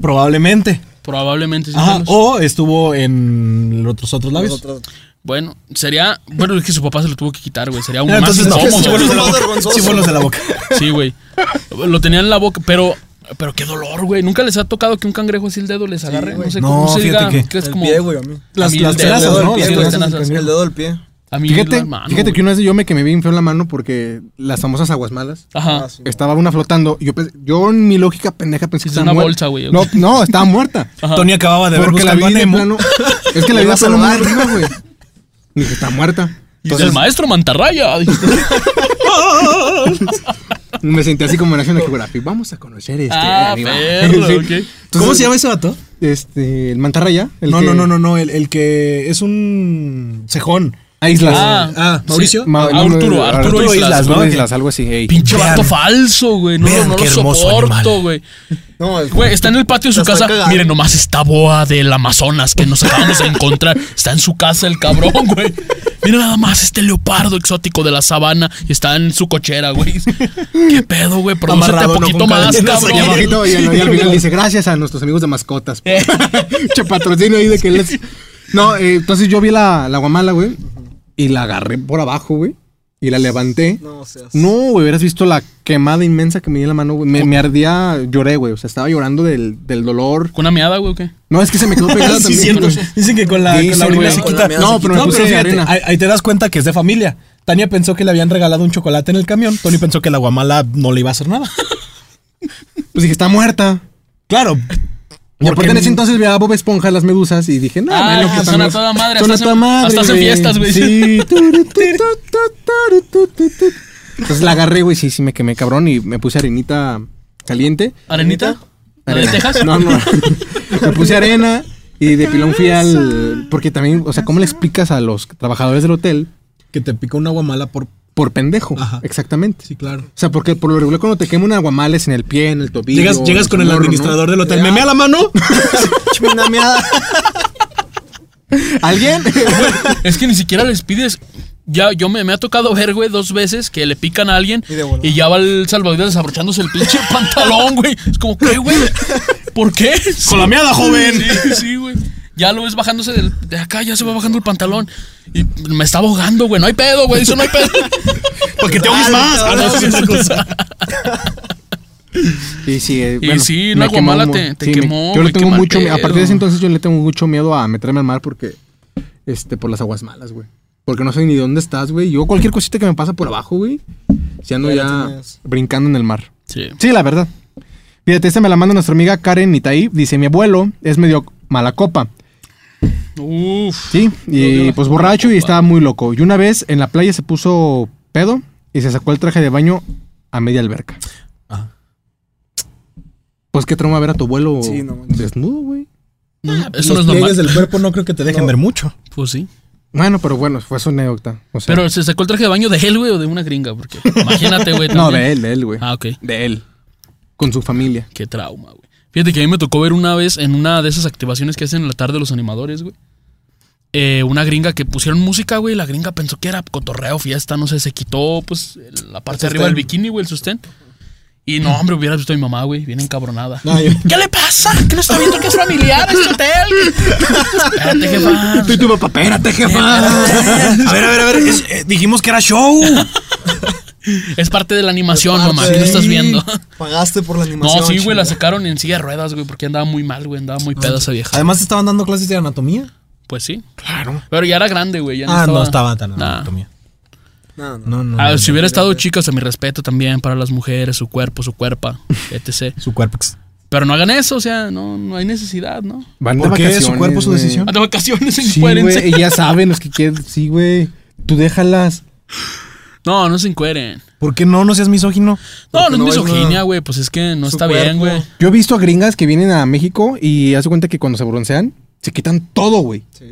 C: Probablemente.
D: Probablemente sí.
C: Ajá,
D: pelos.
C: o estuvo en los otros, otros labios.
B: Nosotros.
D: Bueno, sería. Bueno, es que su papá se lo tuvo que quitar, güey. Sería un
C: Ah, Entonces,
D: más
C: no,
D: incómodo.
C: sí fue los de la
B: Más
C: boca.
B: vergonzoso.
C: Sí fue los de la boca.
D: Sí, güey. Lo tenía en la boca, pero. Pero qué dolor, güey. Nunca les ha tocado que un cangrejo así el dedo les agarre. no sé
C: No,
D: cómo se
C: fíjate
D: diga.
C: que-
D: que es
B: el
D: como.
B: pie, güey, a mí.
C: Las-
D: a mí
C: las
D: el
C: tenazas,
B: El
D: dedo,
B: dedo
C: ¿no?
D: el
B: del
C: Las
D: pie, güey,
B: pie, güey,
D: las
C: tenazas
D: tenazas.
B: El dedo del pie.
D: A mí
A: Fíjate,
D: la mano,
A: fíjate que
D: güey.
A: una vez yo me quemé bien feo en la mano porque las famosas aguas malas.
D: Ajá.
B: Ah, sí.
A: Estaba una flotando. Yo, pens- yo en mi lógica pendeja pensé que
D: Es
A: estaba
D: una
A: muerta.
D: bolsa, güey.
A: No, no, estaba muerta.
D: Ajá.
C: Tony acababa de ver
A: Porque la
C: buscando
A: vi
C: a
A: de
C: Nemo.
A: plano. Es que la vi de
B: Le vas a
A: plano muy
B: robar.
A: arriba, güey. Dije, está muerta.
D: Entonces,
C: Entonces-
D: el maestro Mantarraya. dijiste.
A: Me sentí así como en National Geographic. Vamos a conocer este
D: Ah,
A: animal.
D: perro,
A: Sí.
D: ok.
A: ¿Cómo se llama?
C: ese vato?
A: Este, el mantarraya. el
C: No,
A: que-
C: no, no, no, no, el, el que es un cejón.
A: Ah, Islas.
D: Ah,
C: Ah, Mauricio.
D: sí. Ma- Arturo, Arturo
C: Arturo
D: Islas.
C: Islas,
A: Arturo
C: ¿no?
A: Islas, algo así. ey.
D: Pinche
C: Vean.
D: vato falso, güey. No,
C: Vean
D: no
C: qué
D: lo
C: hermoso
D: soporto,
C: animal.
D: güey.
B: No, el-
D: Güey, está en el patio de su
B: Está
D: casa.
B: cagado.
D: Miren, nomás esta boa del Amazonas que nos acabamos de encontrar. Está en su casa el cabrón, güey. Mira nada más este leopardo exótico de la sabana y está en su cochera, güey. ¿Qué pedo, güey? Prodúcete
B: Amarrado, ¿no?
D: poquito
B: Con
D: más,
B: cadenas
A: Y
B: aquí
D: cabrón.
A: abajito, y, al- y al final dice, gracias a nuestros amigos de mascotas. che patrocinio ahí de que les... No, eh, entonces yo vi la, la guamala, güey. Y la agarré por abajo, güey. Y la levanté.
B: no, o sea.
A: No, güey, hubieras visto la quemada inmensa que me di en la mano, güey. Me, me ardía, lloré, güey. O sea, estaba llorando del, del dolor.
D: ¿Con una meada, güey, o qué?
A: No, es que se me quedó pegada
C: Sí,
A: también.
C: cierto.
A: güey.
C: Dicen que con la,
A: Dicen,
C: con la orina
A: güey.
C: se
B: Con la
C: quita.
B: meada
A: No,
B: se
A: pero
B: quita.
A: me
C: No,
A: puse
C: pero fíjate,
A: arena.
C: ahí, ahí te das cuenta que es de familia. Tania pensó que le habían regalado un chocolate en el camión. Tony pensó que la guamala no le iba a hacer nada.
A: Pues dije, está muerta.
C: Claro.
A: Y aparte en
C: Porque-
A: ese entonces veía a Bob Esponja las medusas y dije, no,
D: Ah,
A: bueno,
D: son
A: también-
D: a toda madre,
A: Son
D: hasta
A: a
D: hacen-
A: toda madre.
D: hasta hacen
A: güey.
D: fiestas, güey.
A: Sí. Turu, tu, tu, tu, tu, tu, tu. Entonces la agarré, güey, sí, sí, me quemé cabrón y me puse arenita caliente.
D: ¿Arenita? ¿La de
A: Arena.
D: Texas?
A: No, no. me puse arena y de pilón fui al. Porque también, o sea, ¿cómo le explicas a los trabajadores del hotel
C: Que te picó una guamala por...
A: por pendejo?
C: Ajá.
A: Exactamente.
C: Sí, claro.
A: O sea, porque por lo regular cuando te quema un aguamales en el pie, en el tobillo.
C: Llegas, llegas con el
A: morro, ¿no?
C: administrador del hotel.
B: Ya.
C: ¿Me mea la mano?
B: Una meada.
A: ¿Alguien?
D: Es que ni siquiera les pides. Ya, yo me, me ha tocado ver, güey, dos veces que le pican a alguien
B: Y de volada.
D: y, ya va el salvavidas desabrochándose el pinche pantalón, güey. Es como, ¿qué, güey? ¿Por qué?
C: Con la meada, joven.
D: Sí, sí, güey. Ya lo ves bajándose del- de acá, ya se va bajando el pantalón. Y me está ahogando, güey. No hay pedo, güey. Eso no hay pedo.
C: Para que te ahogues más. Ah, no, sí, esa cosa.
A: Y sí, eh,
D: Y
A: bueno,
D: sí,
A: me
D: la
A: quemó
D: guamala
A: mu-
D: te- te
A: me-
D: quemó,
A: yo le
D: güey,
A: tengo
D: qué mal
A: mucho miedo. A
D: pedo.
A: partir de ese entonces yo le tengo mucho miedo a meterme al mar porque, este, por las aguas malas, güey. Porque no sé ni dónde estás, güey. Yo cualquier cosita que me pasa por abajo, güey, si ando
B: Ya
A: ya
B: la tienes.
A: brincando en el mar.
D: Sí.
A: Sí, la verdad. Fíjate, esta me la manda nuestra amiga Karen Itaí. Dice, mi abuelo es medio mala copa.
C: Ah,
D: Uf.
A: Sí,
D: Lo
A: y
D: vio.
A: pues borracho y estaba muy loco. Y una vez en la playa se puso pedo y se sacó el traje de baño a media alberca.
C: Ajá.
A: Pues qué trauma ver a tu abuelo
B: Sí, no manches.
A: desnudo, güey.
D: No, Mm, eso no
C: pues Los
D: es
C: pliegues
D: normal.
C: del cuerpo no creo que te dejen ver mucho.
D: Pues sí.
A: Bueno, pero bueno, fue su anécdota. O sea,
D: Pero se sacó el traje de baño de él, güey, o de una gringa. Porque imagínate, güey.
A: no,
D: también.
A: de él, de él, güey.
D: Ah, ok.
A: De él. Con su familia.
D: Qué trauma, güey. Fíjate que a mí me tocó ver una vez en una de esas activaciones que hacen en la tarde los animadores, güey. eh, una gringa que pusieron música, güey. La gringa pensó que era cotorreo, fiesta, no sé. Se quitó, pues, el- la parte de arriba del bikini, güey, el sostén. Y no, hombre, hubiera visto a mi mamá, güey, bien encabronada. ¿Qué le pasa? ¿Qué no está viendo que es familiar este hotel? Espérate, jefa.
A: Tú y tu papá, espérate,
C: A ver, a ver, a ver. es- eh, dijimos que era show.
D: Es parte de la animación,
B: Parte
D: mamá. ¿Qué no
B: de-
D: estás viendo?
B: Pagaste por la animación.
D: No, sí, güey, la
B: chingada. Ah.
D: sacaron en silla de ruedas, güey, porque andaba muy mal, güey, andaba muy peda esa vieja.
C: Además, te estaban dando clases de anatomía.
D: Pues sí.
A: Claro.
D: Pero ya era grande, güey. ya
C: ah, no estaba tan
D: Nah.
C: anatomía.
B: No, no.
C: No, no.
D: Ah,
C: no,
D: si
C: no.
D: hubiera estado chica, o sea, mi respeto también para las mujeres, su cuerpo, su cuerpa, etc.
C: Su cuerpo.
D: Pero no hagan eso, o sea, no, no hay necesidad, ¿no?
A: Van de
C: ¿Por qué? ¿Su
A: vacaciones,
C: cuerpo, su
A: güey.
C: decisión?
D: Ah, De vacaciones en
A: Sí, güey. Ellas saben los que quieren. Sí, güey. Tú déjalas.
D: No, no se encueren.
C: ¿Por qué no? No seas misógino.
D: No,
B: Porque
D: no es
B: no es
D: misoginia,
B: una-
D: güey, pues es que no
B: su
D: está bien,
B: cuerpo.
D: güey.
A: Yo he visto a gringas que vienen a México y hace cuenta que cuando se broncean, se quitan todo, güey.
B: Sí.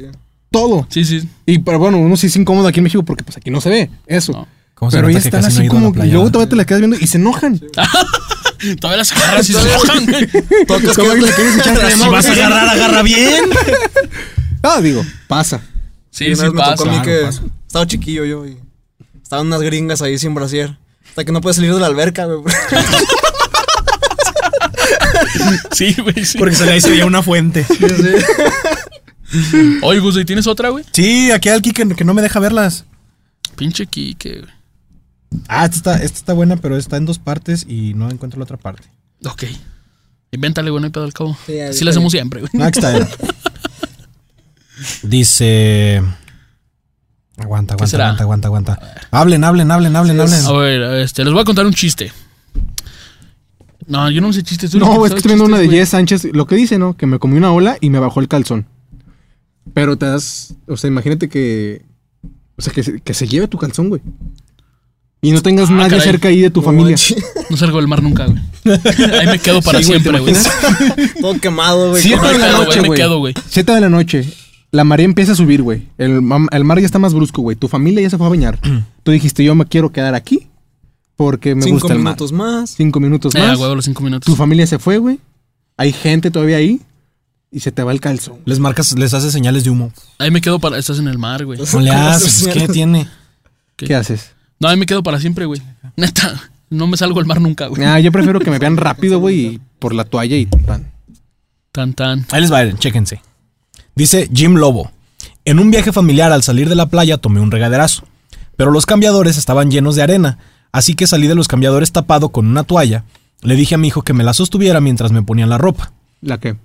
A: Todo.
D: Sí, sí.
A: Y pero bueno, uno sí es incómodo aquí en México porque pues aquí no se ve eso.
D: No.
C: ¿Cómo se
A: Pero
C: nota
A: ellas
C: que
A: están
C: casi no he
A: así
C: ido a la
A: como que
C: playa?
A: luego todavía te la quedas viendo y se enojan.
D: Todavía las agarras y se enojan, güey.
B: Tocas
A: Como
B: que-
A: que le quieres echar crema,
C: Si vas a agarrar, agarra bien.
A: Ah, digo, pasa.
D: Sí,
B: una
D: sí
B: vez me tocó a mí
D: pasa.
B: que
A: pasa.
B: estaba chiquillo yo y estaban unas gringas ahí sin brasier. Hasta que no puedes salir de la alberca, güey.
D: Sí, güey, sí.
C: Porque se le ahí se veía una fuente.
D: Oye, Gus, ¿y tienes otra, güey?
C: Sí, aquí hay alguien que, que no me deja verlas.
D: Pinche Kike, güey.
C: Ah, esta está, esta está buena, pero está en dos partes y no encuentro la otra parte.
D: Ok. Invéntale, güey, no hay pedo al cabo.
B: Sí, ya,
D: Así
B: ya,
D: lo
B: ya.
D: hacemos siempre, güey.
C: No, aquí está. era. Dice. Aguanta, aguanta,
D: será?
C: aguanta, aguanta, aguanta. Hablen, hablen, hablen, hablen, hablen.
D: A ver, este, les voy a contar un chiste. No, yo no me sé chistes. tú eres
A: No,
D: el que
A: es que
D: sabes
A: estoy viendo una
D: chistes,
A: de
D: güey.
A: Jess Sánchez. Lo que dice, ¿no? Que me comí una ola y me bajó el calzón. Pero te das. O sea, imagínate que. O sea, que, se- que se lleve tu calzón, güey. Y no tengas
D: Ah,
A: nadie
D: caray.
A: cerca ahí de tu
B: No
A: familia.
B: manches.
D: No salgo del mar nunca, güey. Ahí me quedo para
A: Sí, güey, ¿te
D: siempre, güey.
A: imaginas?
B: Todo quemado, güey.
A: Siete
D: no hay
A: de la
D: pedo,
A: noche,
D: güey, me
A: güey.
D: quedo, güey.
A: Siete de la noche. La marea empieza a subir, güey. El, mam- el mar ya está más brusco, güey. Tu familia ya se fue a bañar. Tú dijiste, yo me quiero quedar aquí porque me
B: Cinco
A: gusta el mar.
B: minutos más.
A: Cinco minutos
D: Eh,
A: más.
D: huevo, los cinco minutos.
A: tu familia se fue, güey. Hay gente todavía ahí y se te va el calzón.
C: Les marcas, les haces señales de humo.
D: Ahí me quedo para. Estás en el mar, güey.
C: No le haces, ¿qué tiene?
A: ¿Qué,
D: ¿Qué?
A: haces?
D: No, ahí me quedo para siempre, güey. Neta. No me salgo del mar nunca, güey.
A: Ah, yo prefiero que me vean rápido, güey, y por la toalla y pan.
D: Tan, tan.
C: Ahí les va, miren, chéquense. Dice Jim Lobo. En un viaje familiar al salir de la playa tomé un regaderazo, pero los cambiadores estaban llenos de arena, así que salí de los cambiadores tapado con una toalla. Le dije a mi hijo que me la sostuviera mientras me ponían la ropa.
A: ¿La qué?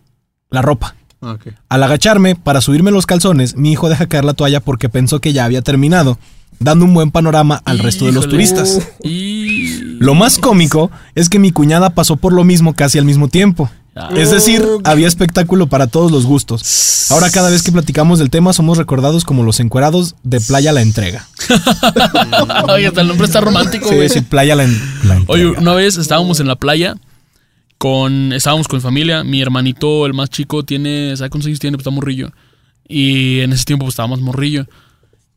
C: La ropa.
A: Ah, ok.
C: Al agacharme para subirme los calzones, mi hijo deja caer la toalla porque pensó que ya había terminado, dando un buen panorama al resto de los
D: Híjole.
C: turistas.
D: Y.
C: Lo más cómico es que mi cuñada pasó por lo mismo casi al mismo tiempo.
D: Ah.
C: Es decir, había espectáculo para todos los gustos. Ahora cada vez que platicamos del tema somos recordados como los encuerados de Playa La Entrega.
D: Oye, hasta el nombre está romántico,
C: Sí,
D: güey.
C: sí, Playa La, En- La Entrega.
D: Oye, una vez estábamos en la playa con estábamos con familia, mi hermanito el más chico tiene, ¿sabe cuántos años tiene? Pues está morrillo. Y en ese tiempo pues estábamos morrillo.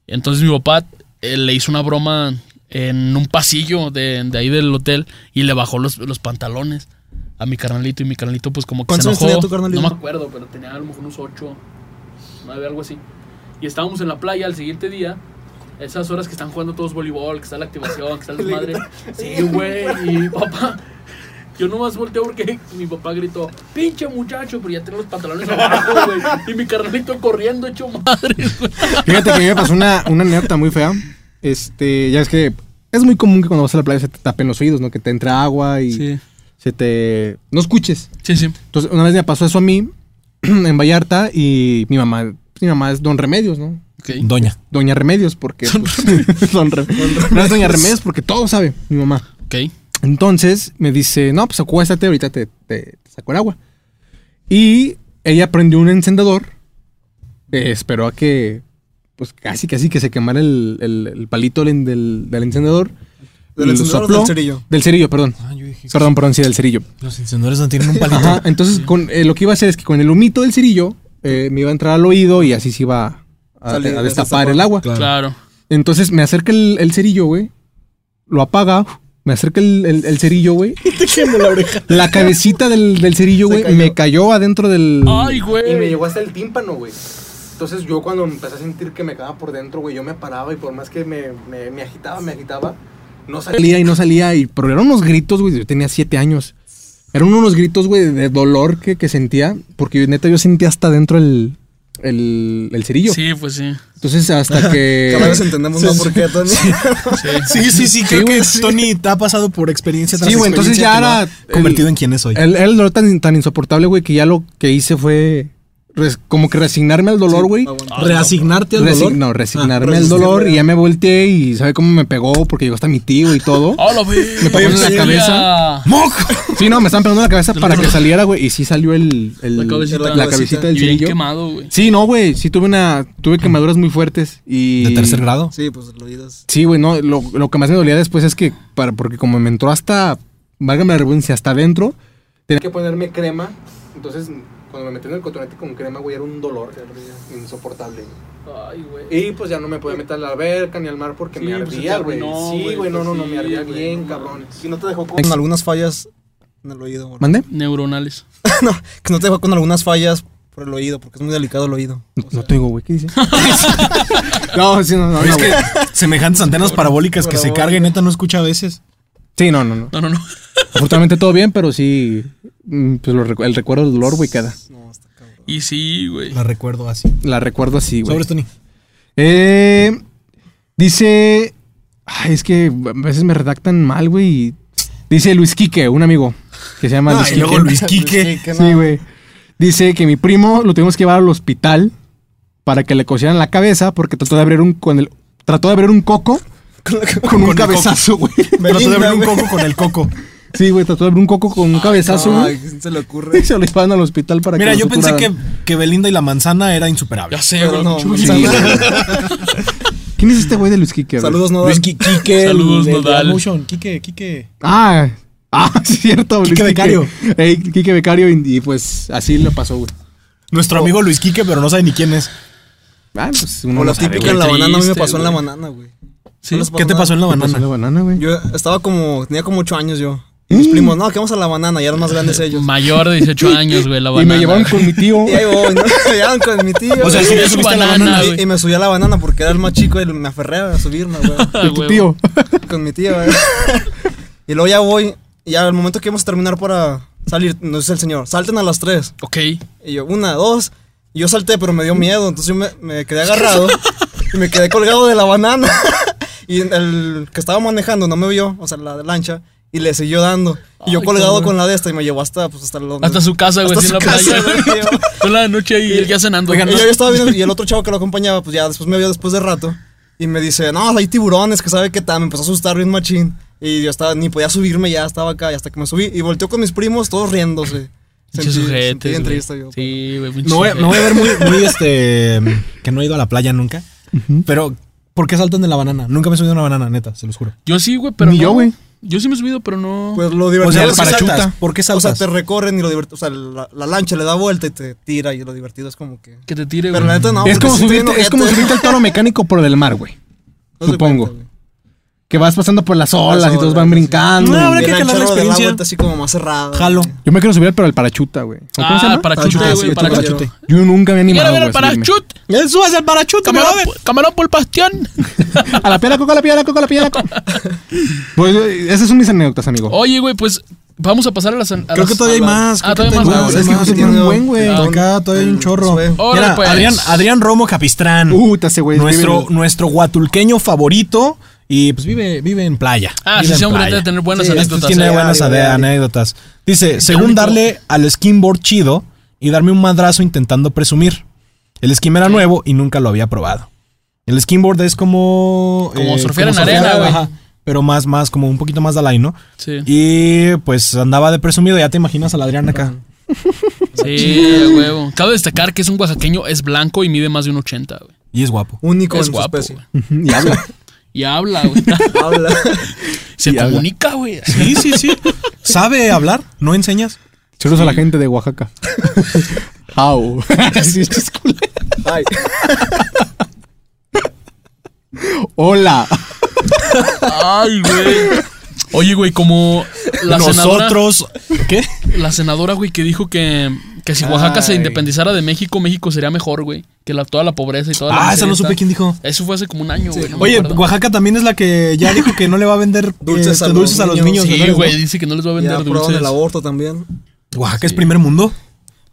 D: Entonces mi papá eh, le hizo una broma en un pasillo de, de ahí del hotel y le bajó los, los pantalones a mi carnalito y mi carnalito pues como que se
B: ¿Cuántos años
D: enojó.
B: tenía tu carnalito?
D: No me acuerdo, pero tenía a lo mejor unos 8, 9, algo así. Y estábamos en la playa al siguiente día esas horas que están jugando todos voleibol, que está la activación, que está el desmadre. Sí, güey. Y papá, yo nomás volteo porque mi papá gritó, pinche muchacho, pero ya tengo los pantalones abajo, güey. Y mi carnalito corriendo hecho madre, güey.
A: Fíjate que a mí me pasó una, una anécdota muy fea. Este, ya es que es muy común que cuando vas a la playa se te tapen los oídos, ¿no? Que te entra agua y se te. No escuches.
D: sí, sí.
A: Entonces, una vez me pasó eso a mí en Vallarta y mi mamá, mi mamá es Don Remedios, ¿no?
D: Ok.
C: Doña.
A: Doña Remedios, porque. pues, don Re- No es Doña Remedios, porque todo sabe, mi mamá.
D: Ok.
A: Entonces me dice, no, pues acuéstate, ahorita te, te- te saco el agua. Y ella prendió un encendedor, eh, esperó a que, pues casi, casi que se quemara el, el- el palito del, del- del encendedor.
B: ¿Del
A: Lo
B: encendedor o
A: sopló.
B: del cerillo?
A: Del cerillo, perdón.
C: Ah,
A: Perdón, perdón, sí, del cerillo.
C: Los encendedores no tienen un palito.
A: Ajá, entonces con, eh, lo que iba a hacer es que con el humito del cerillo eh, me iba a entrar al oído y así se iba a, a
B: Salir,
A: destapar
B: destapar,
A: el agua.
C: claro.
D: Claro.
A: Entonces me acerca el, el cerillo, güey. Lo apaga. Me acerca el, el- el cerillo, güey.
B: la oreja.
A: La cabecita del, del cerillo,
B: Se
A: güey,
B: cayó.
A: me cayó adentro del.
D: Ay,
A: Y me
D: güey.
A: llegó hasta el tímpano, güey. Entonces yo cuando empecé a sentir que me cagaba por dentro, güey, yo me paraba y por más que me, me- me agitaba, me agitaba, no salía y no salía. Y, pero eran unos gritos, güey. Yo tenía siete años. Eran unos gritos, güey, de dolor que, que sentía. Porque yo, neta yo sentía hasta dentro el, el, el cerillo.
D: Sí, pues sí.
A: Entonces hasta que...
B: Cada vez entendemos más por qué, Tony.
C: Sí, sí, sí, creo que Tony ha pasado por experiencia tras
A: Sí, güey, entonces
C: experiencia
A: ya
C: que lo ha
A: era el-
C: convertido en quien es hoy.
A: El, el dolor tan, tan insoportable, güey, que ya lo que hice fue res- como que resignarme al dolor, güey.
B: Aguanta.
C: Reasignarte al
A: Resi-
C: dolor.
A: No, resignarme
B: Ah,
A: al dolor
B: resistirme.
A: y ya me volteé y sabe cómo me pegó porque llegó hasta mi tío y todo.
D: Hola, güey.
A: Me pegó en la
D: Sí, Ah.
A: cabeza.
C: ¡Moc!
A: Sí, no, me estaban pegando en la cabeza para que saliera, güey, y sí salió el, el-
D: La cabecita.
A: la cabecita
D: ya.
A: del
D: Y bien
A: cerillo.
D: quemado, güey.
A: Sí, no, güey, sí tuve una tuve quemaduras muy fuertes y
C: ¿De tercer grado?
B: Sí, pues lo oídas.
A: Sí, güey, no, lo, lo que más me dolía después es que para porque como me entró hasta válgame la redundancia, hasta adentro, tenía que ponerme crema, entonces cuando me metí en el cotonete con crema, güey, era un dolor insoportable.
D: Ay, güey.
A: Y pues ya no me podía meter a la verga ni al mar porque
D: Sí,
A: me
D: pues, se te
A: ardía, güey.
D: arruinó,
A: sí,
D: güey, pues
A: güey, no, no, no,
D: sí,
A: me ardía
D: güey,
A: bien,
D: no
A: cabrón.
D: mames.
A: Y no te dejó con...
B: Con algunas fallas en el oído. güey.
A: ¿Mande?
D: Neuronales.
B: no, que no te dejó con algunas fallas por el oído, porque es muy delicado el oído.
A: No te digo, güey, ¿qué dice? no, sí, no, no, no,
C: Es que
A: güey.
C: semejantes antenas parabólicas que se
B: Parabólica.
C: carga y neta no escucha a veces.
A: Sí, no, no, no.
D: No, no, no.
A: Afortunadamente todo bien, pero sí, mm, pues lo recu- el recuerdo del dolor, güey, queda.
B: No, está cabrón.
D: Y sí, güey.
C: La recuerdo así.
A: La recuerdo así, güey.
C: Sobre Tony.
A: Eh, dice. Ay, es que a veces me redactan mal, güey. y- Dice Luis Quique, un amigo que se llama
C: Ah,
A: Luis
C: y
A: Quique.
C: luego Luis Quique.
A: Sí, güey. Dice que mi primo lo tuvimos que llevar al hospital para que le cosieran la cabeza porque trató de abrir un con el trató de abrir un coco con un
C: el coco.
A: cabezazo, güey.
C: Trató de
B: Belinda,
C: abrir un
B: güey.
C: coco con el coco.
A: Sí, güey, trató de abrir un coco con un cabezazo,
B: Ay,
A: güey.
B: ¿quién se le ocurre?
A: Y se lo llevaron al hospital para
C: Mira,
A: que lo
C: yo pensé que,
A: suturaran.
C: que Belinda y la manzana era insuperable.
D: Ya sé,
B: Pero
D: güey.
B: no,
A: Sí,
B: manzana.
A: güey. ¿Quién es este güey de Luis Quique? A ver.
B: Saludos, no
C: Luis Qui- Quique.
D: Saludos,
C: el de
D: Nodal.
C: Motion. Quique, Quique.
A: Ah, ah, sí, es cierto.
C: Quique Becario.
A: Ey, Quique Becario y, y pues así lo pasó, güey.
C: Nuestro amigo Luis Quique, pero no sabe ni quién es.
A: Ah, pues uno
B: Como
A: no
B: la
A: sabe,
B: típica
A: güey.
B: en la
D: Qué
B: banana, a mí me
D: triste,
B: pasó en la
D: güey.
B: banana, güey.
D: Sí.
B: No les
C: ¿Qué te pasó en la
A: ¿Qué pasó en
C: banana?
A: la banana, güey?
B: Yo estaba como, tenía como 8 años yo. Y mis primos, no, que vamos a la banana, ya eran más grandes ellos.
D: Mayor de 18 años, güey, la
A: Y
D: banana.
A: me llevaron con mi tío.
B: Y ahí voy, ¿no? Llegaron con mi tío.
C: O sea,
B: güey.
C: sí te
D: Es
C: subiste a la
D: banana,
C: banana.
D: güey.
A: Em-
B: y, y me subí a la banana porque era el más chico y me aferré a subirme, güey.
D: Ah,
A: con tu
D: güey.
A: tío.
B: con mi tía, ¿verdad? Y luego ya voy, y al momento que íbamos a terminar para salir, nos dice el señor, salten a las 3.
D: Ok.
B: Y yo, una, dos. Y yo salté, pero me dio miedo, entonces yo me, me quedé agarrado y me quedé colgado de la banana. y el que estaba manejando no me vio, o sea, la lancha, y le siguió dando. Y yo
D: Ay,
B: colgado
D: cabrón.
B: con la de esta y me llevó hasta, pues, hasta, lo-
D: Hasta su casa, güey, así
B: Hasta
D: en
B: su
D: la
B: casa,
D: playa.
B: güey, tío.
D: Toda la noche y él ya cenando.
B: Y yo, yo estaba viendo, y el otro chavo que lo acompañaba, pues ya después me vio después de rato. Y me dice, no, hay tiburones, que sabe qué tal. Me empezó a asustar bien machín. Y yo estaba, ni podía subirme, ya estaba acá, y hasta que me subí. Y volteó con mis primos, todos riéndose.
D: Pinches
B: sentí
D: sujetes,
B: bien
D: güey.
B: triste yo.
D: Sí, güey, pinches
C: Me voy, me voy a ver
D: sujetes.
C: muy, muy, este. que no he ido a la playa nunca. Pero, ¿por qué saltan de la banana? Nunca me he subido a una banana, neta, se los juro.
D: Yo sí, güey, pero
A: Ni
D: no.
A: yo, güey.
D: Yo sí me he subido, pero no.
B: Pues lo
C: O
B: divertido
C: sea,
B: es que
C: para
B: saltas.
C: chuta. ¿Por qué
B: O sea,
C: saltas?
B: te recorren y lo divertido. O sea, la, la lancha le da vuelta y te tira. Y lo divertido es como que.
D: que te tire,
B: Pero
D: güey.
B: la neta no.
A: es,
B: porque
A: como
B: sí estoy
A: subirte, es
B: enojete.
A: como subirte al toro mecánico por el mar, güey.
B: No se
A: supongo.
B: cuenta, güey.
A: Que vas pasando por las olas y todos
B: olas,
A: van
B: sí.
A: brincando.
C: No, habrá
B: Y
C: que
B: el
C: calar la
B: lanchero le da
C: experiencia.
B: vuelta así como más cerrada.
C: Jalo.
A: Yo me quiero subir, pero al parachuta, güey. ¿O cómo se
D: Ah,
A: llama?
D: para
B: Parachute,
D: chute,
B: sí,
D: güey,
B: tú
D: para
B: parachute.
D: chute.
A: Yo nunca me he
D: Quiero
A: animado,
D: ver el
A: güey, a subirme.
D: parachute.
C: ¡Subas Eh, al parachuta,
D: Camarón, por- camarón por el bastión.
A: A la piedra, coco, a la piedra, coco, a la piedra, coco. Pues eh, esas son mis anécdotas, amigo.
D: Oye, güey, pues vamos a pasar a las. a
C: Creo
D: las-
C: que todavía hay
D: a la-
C: más.
D: Ah,
C: creo
D: todavía hay
A: Güey,
D: más.
C: hay
A: Pues, es
D: güey.
A: que
C: más,
A: no se
C: tiene-
A: tiene un buen, güey.
B: Ah,
C: Acá todavía hay un chorro.
B: Órale,
C: Mira,
D: pues.
C: Adrián, Adrián Romo Capistrán.
A: Uh, te hace, güey.
C: nuestro, nuestro guatulqueño favorito. Y pues vive, vive en playa.
D: Ah,
C: Vive
D: sí,
C: en
D: sí, hombre,
C: playa.
D: debe tener buenas
C: Sí,
D: anécdotas,
C: Tiene
D: eh.
C: buenas
B: Diario,
C: ade-
B: diario.
C: anécdotas. Dice, según
D: único-
C: darle al skimboard chido y darme un madrazo intentando presumir. El skim era nuevo y nunca lo había probado. El skimboard es como...
D: Como surfear en arena, güey.
C: ajá, Pero más, más, como un poquito más de line, ¿no?
D: Sí.
C: Y pues andaba de presumido, ya te imaginas al Adrián acá.
D: Sí, a huevo. Cabe destacar que es un oaxaqueño, es blanco y mide más de un 80, güey.
C: Y es guapo.
B: Único en
D: Es
B: su
D: guapo,
B: especie.
D: güey.
A: Y habla.
D: Y habla, güey.
B: Habla.
D: Se
A: Y habla.
D: comunica, güey.
C: Sí, sí, sí. ¿Sabe hablar? ¿No enseñas?
A: Saludos a la gente de Oaxaca. Au. Sí, es cool.
B: Ay.
A: Hola.
D: Ay, güey. Oye, güey, como la senadora,
C: Nosotros... ¿Qué?
D: la senadora, güey, que dijo que, que si Oaxaca se
A: Ay.
D: independizara de México, México sería mejor, güey. Que la, toda la pobreza y toda la
C: Ah, esa
D: miseria
C: no supe
D: está-
C: quién dijo.
D: Eso fue hace como un año, güey. no me
C: Oye,
D: acuerdo.
C: Oaxaca también es la que ya dijo que no le va a vender
B: Dulces
C: este,
B: a los
C: dulces a los niños.
B: niños.
D: Sí,
C: ¿no?
D: güey, dice que no les va a
B: Ya
D: vender
B: aprobaron
D: dulces.
B: el aborto también.
C: Oaxaca es primer mundo.